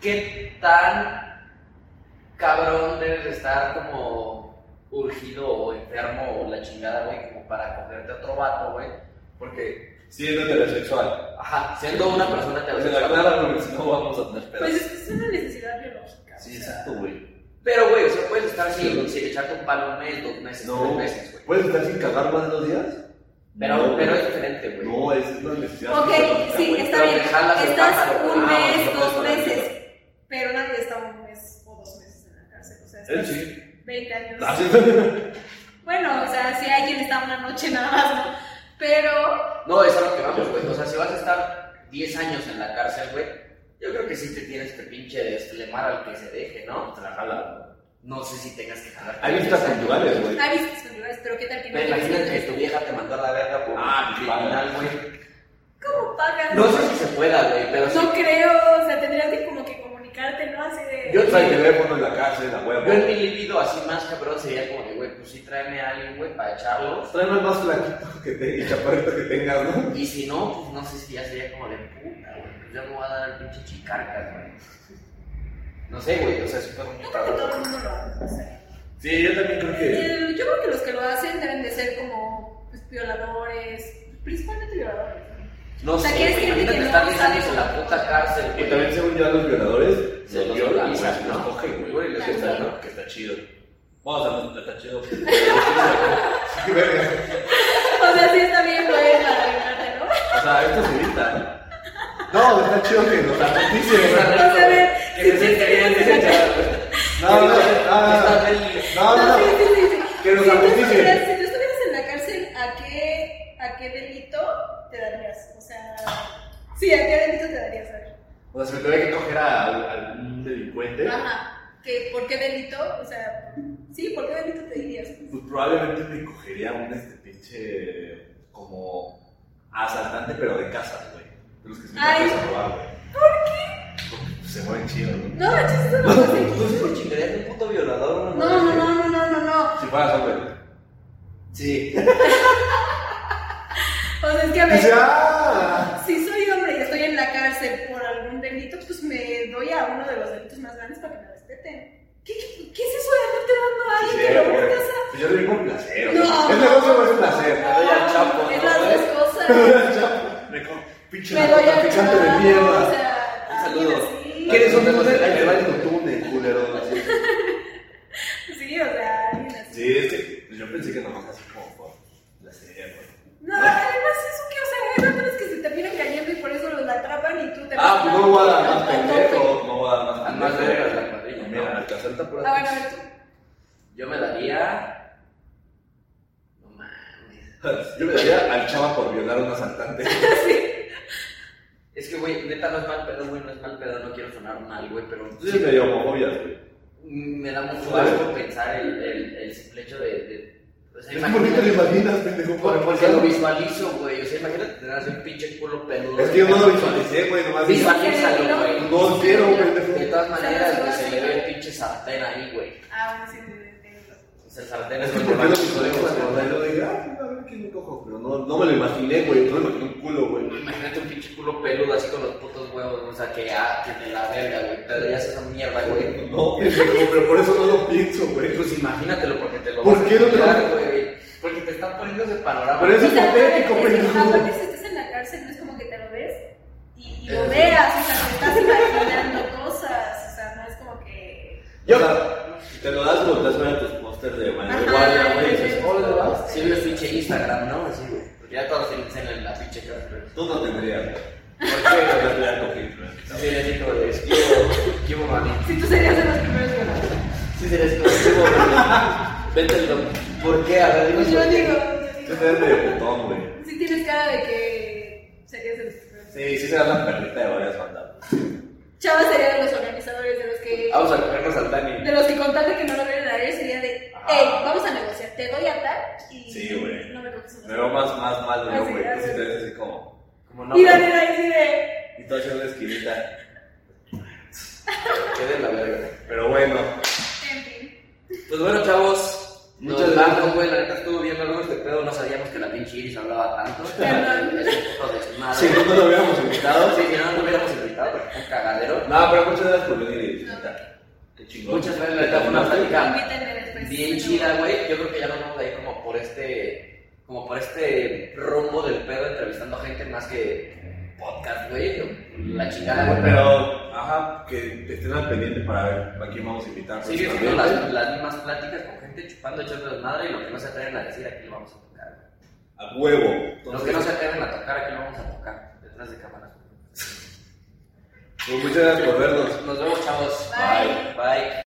S3: ¿Qué tan cabrón debes de estar como urgido o enfermo o la chingada, güey, como para cogerte otro vato, güey? Porque,
S1: siendo heterosexual.
S3: ajá, siendo una persona te
S1: Se Pues la aclara porque si no vamos a tener
S2: Pues
S1: pedos.
S2: es que es una necesidad biológica.
S1: Sí,
S2: o sea.
S1: exacto, güey.
S3: Pero, güey, o sea, puedes estar sin, sin echarte un palo un mes, dos meses,
S8: No.
S3: tres meses, güey.
S8: ¿Puedes estar sin cagar más de dos días?
S3: Pero,
S1: No,
S3: pero es diferente, güey.
S8: No, es una necesidad.
S2: Ok,
S8: fisiológica,
S2: sí,
S8: güey.
S2: está bien.
S3: Pero dejarlas en
S2: Estás
S3: paz,
S2: un
S3: ¿no? Ah,
S2: mes,
S3: no,
S2: dos
S3: no, no, no.
S2: meses. Pero nadie está un mes o dos meses en la cárcel. O sea,
S8: Él
S2: estás
S8: sí.
S2: 20 años.
S8: Así es.
S2: Bueno, o sea, si hay quien está una noche nada más, ¿no? Pero,
S3: No, es a lo que vamos, güey. O sea, si vas a estar 10 años en la cárcel, güey, yo creo que sí te tienes que pinche deslemar al que se deje, ¿no?
S1: Se la jala.
S3: No sé si tengas que jalar.
S8: Hay vistas culturales, güey.
S2: hay vistas culturales, pero ¿qué tal que no
S3: Pero imagínate que
S2: tienes
S3: tu vieja te mandó a la verga por
S1: Ah,
S3: criminal, güey.
S2: ¿Cómo pagas?
S3: No sé si se pueda, güey, pero sí.
S2: No creo, o sea, tendrías que como que comunicarte, ¿no? Así de...
S3: Yo
S8: Trae teléfono en la cárcel, la
S3: Yo en
S8: huevo.
S3: mi libido así más cabrón sería como de, güey, pues sí tráeme a alguien, güey, para echarlo.
S8: Tráeme el más flaquito que te, y chaparrito que tengas, ¿no?
S3: Y si no, pues no sé si ya sería como de puta, güey. Pues ya me voy a dar el pinche chicarcas, güey. No sé, güey, o sea, es súper
S2: Yo
S3: muy
S2: creo que
S3: cabrón.
S2: todo el mundo lo hace. o sea.
S1: Sí, yo también creo que.
S2: Eh, Yo creo que los que lo hacen deben de ser como pues, violadores, principalmente violadores.
S3: No
S2: O sea,
S3: sé,
S2: ¿quieres
S3: güey,
S2: gente que
S3: imagínate
S2: no
S3: estar
S2: sabe
S3: 10 años en la
S2: cómo-
S3: puta cárcel,
S1: Y
S3: güey.
S1: también, según yo, a los violadores
S3: Se
S1: se
S3: los
S1: violan, güey.
S3: violan,
S1: Se
S3: ¿no?
S1: los cogen, güey.
S3: Güey,
S1: Que está,
S2: También.
S1: que está chido. Vamos a ver, está chido.
S2: O sea, sí está bien, güey, para violarte, ¿no?
S1: O sea, esto se ¿eh? evita.
S9: No, está chido que nos
S3: Sí,
S9: justicia.
S3: está
S2: O sea, a ver,
S3: rico. Ese es el que viene, ese chaval, güey.
S9: No, no, no,
S3: Está
S9: no,
S3: rico.
S9: no, no,
S2: sí,
S9: no.
S2: sí, sí, sí.
S9: Que los
S2: si, tú
S9: amorticen.
S2: estuvieras, si tú estuvieras en la cárcel, ¿a qué, ¿a qué delito te darías? O sea, sí, ¿a qué delito te darías? A ver.
S9: O sea, se me tendría que coger a algún
S3: ¿Eh?
S9: delincuente.
S2: Ajá. ¿Que, ¿Por qué delito? O sea, sí, ¿por qué delito te dirías?
S1: Pues probablemente me cogería un este pinche. como. asaltante, pero de casas, güey. De los que se
S2: Ay.
S1: meten a robar, güey. ¿Por qué? Se mueven chido, güey.
S2: No, manches, eso no Pues, pasa.
S3: Entonces, por chingaderas de un puto violador,
S2: No, no, no, no, no, no, no.
S1: Si fueras hombre.
S3: Sí.
S2: O sea, es que a
S9: Dice,
S2: ver,
S9: ah,
S2: si soy hombre y estoy en la cárcel por algún delito, pues me doy a uno de los delitos más grandes para que me respeten. ¿Qué, qué, qué es eso de andarte dando a alguien que
S1: Sí,
S2: robó
S1: güey.
S2: una casa?
S1: Pues yo le digo un placer, güey.
S2: No.
S9: Este negocio es un placer.
S3: Me doy al Chapo,
S2: Es
S3: ¿no,
S2: las dos
S3: güey?
S2: cosas.
S1: Me co- pinche
S2: Me doy al
S9: Traficante
S2: Chapo.
S9: de mierda.
S2: O sea,
S3: Un
S2: alguien
S3: saludo.
S2: así.
S9: ¿Quieres un túnel? Ahí te va el túnel, culero.
S2: Sí, o sea, alguien así.
S1: Sí, es que pues yo pensé que nomás así como por placer, güey.
S2: No, además, eso que, o sea, hay otros que se te vienen cayendo y por eso los atrapan y tú te
S1: Ah, pues no voy a dar más pendejo. No voy a dar
S3: Al
S1: más
S3: más
S1: pendejo.
S3: vergas la cuadrilla, ¿no?
S1: Mira, alcanzar por
S2: Ah, bueno, a ver tú.
S3: Yo me daría. No mames.
S1: Yo me daría al chava por violar a un asaltante.
S3: Es que, güey, neta no es mal pedo, güey, no es mal pedo, no quiero sonar mal, güey, pero
S1: Yo sí me dio homofobia, güey.
S3: me da mucho asco pensar el, el, el simple hecho de. de o sea,
S9: Es bonito, lo
S3: imagínate-
S9: imaginas, pendejo.
S3: por-
S9: por-
S3: Porque lo visualizo, güey. O sea, imagínate tener así un pinche culo peludo.
S9: Es que yo no lo visualicé, güey, nomás dije,
S3: Visualízalo, güey.
S9: no quiero, pendejo.
S3: De todas maneras,
S2: Sí,
S3: güey,
S2: sí,
S3: se
S2: sí.
S3: le ve el pinche sartén ahí, güey.
S2: Ah, bueno, sí, sí, sí, sí.
S3: O sea, el sartén
S9: Es
S3: es
S9: que
S3: como
S9: por qué
S3: el
S9: lo
S3: más-
S9: visualicé cuando lo dije, ah, a ver quién me cojo. Pero no, no me lo imaginé, güey. No me imaginé un culo, güey.
S3: Imagínate un pinche culo peludo así con los putos huevos, ¿no? o sea, que, ah, que de la verga, güey. Te darías esa mierda, güey.
S9: No, pendejo, pero por eso no lo pienso, güey.
S3: Pues imagínatelo porque te lo
S9: ¿Por
S3: vas a
S9: qué no te lo-
S3: quitar, güey? Porque te están poniendo ese panorama.
S9: Pero eso
S2: O
S9: es
S2: sea,
S9: patético,
S2: es que
S9: pendejo.
S2: Aparte, si estás en la cárcel, no es como que te lo ves y, y lo
S3: Eso sí.
S2: veas, o sea, te estás imaginando cosas, o sea, no es como que.
S1: Yo, te lo das, lo das pues, a tus pósters de
S2: Ajá,
S1: Manuel Guardia, güey. y
S2: sí,
S1: dices,
S2: sí.
S1: "Hola, ¿vas?".
S3: Sí, ves pinche Instagram, ¿no? Así, güey. Porque ya todos se dicen en la pinche cárcel.
S1: Tú no tendrías. güey.
S3: ¿Por
S1: Yo
S3: qué?
S1: no tendría cogido, güey.
S3: Sí, sería así como de, esquivo, esquivo, mami.
S2: Si tú serías de los primeros violadores.
S3: Sí, sería así como, esquivo, mami. Vete, lo- ¿por qué? A ver,
S2: Pues
S3: dime.
S2: yo digo,
S1: Yo
S2: yo
S1: te das
S2: digo.
S1: medio putón, güey.
S2: Si tienes cara de que serías de los primeros.
S1: Sí, sí serás la perrita de varias bandas.
S2: Chava sería de los organizadores, de los que.
S3: Vamos a cogernos al Dani.
S2: De los que con tal de que no lo vieran a él sería de,
S3: Ah.
S1: Ajá.
S2: hey, vamos a negociar, te doy a tal y
S1: Sí, güey.
S2: no me coges un
S1: Me veo más, más, más,
S2: Ah,
S1: veo,
S2: sí,
S1: güey.
S2: ah,
S1: Tú sí
S2: sí.
S1: te ves así como.
S3: Como no,
S2: Y Daniel ahí sí de,
S1: Y tú haciendo una esquinita.
S3: que de la verga.
S1: Pero bueno,
S2: en fin.
S3: Pues bueno, chavos.
S9: Muchas
S3: Muchas
S9: gracias.
S3: gracias, güey. La neta estuvo bien largo este pedo. No sabíamos que la pinche Iris hablaba tanto.
S2: Perdón.
S3: Es un poco desmadre.
S1: si no lo hubiéramos invitado.
S3: Sí, si no, no lo hubiéramos invitado porque fue un cagadero.
S1: No, pero muchas gracias por venir. neta. Qué chingón.
S3: Muchas gracias, la neta fue una plática
S2: Invítenme después.
S3: bien chida, güey. Yo creo que ya nos vamos a ir como por este, como por este rumbo del pedo entrevistando gente más que podcast, güey. La chingada, güey. Pero
S1: Pero, ajá, que estén al pendiente para ver a quién vamos a invitar.
S3: sigue siendo
S1: próximamente.
S3: las, las mismas pláticas con gente chupando, echando desmadre y lo que no se atreven a decir aquí lo vamos a tocar. güey.
S1: A huevo.
S3: Los
S1: Entonces,
S3: que no se atreven a tocar, aquí lo vamos a tocar, detrás de cámaras.
S1: pues, muchas gracias por vernos.
S3: Nos vemos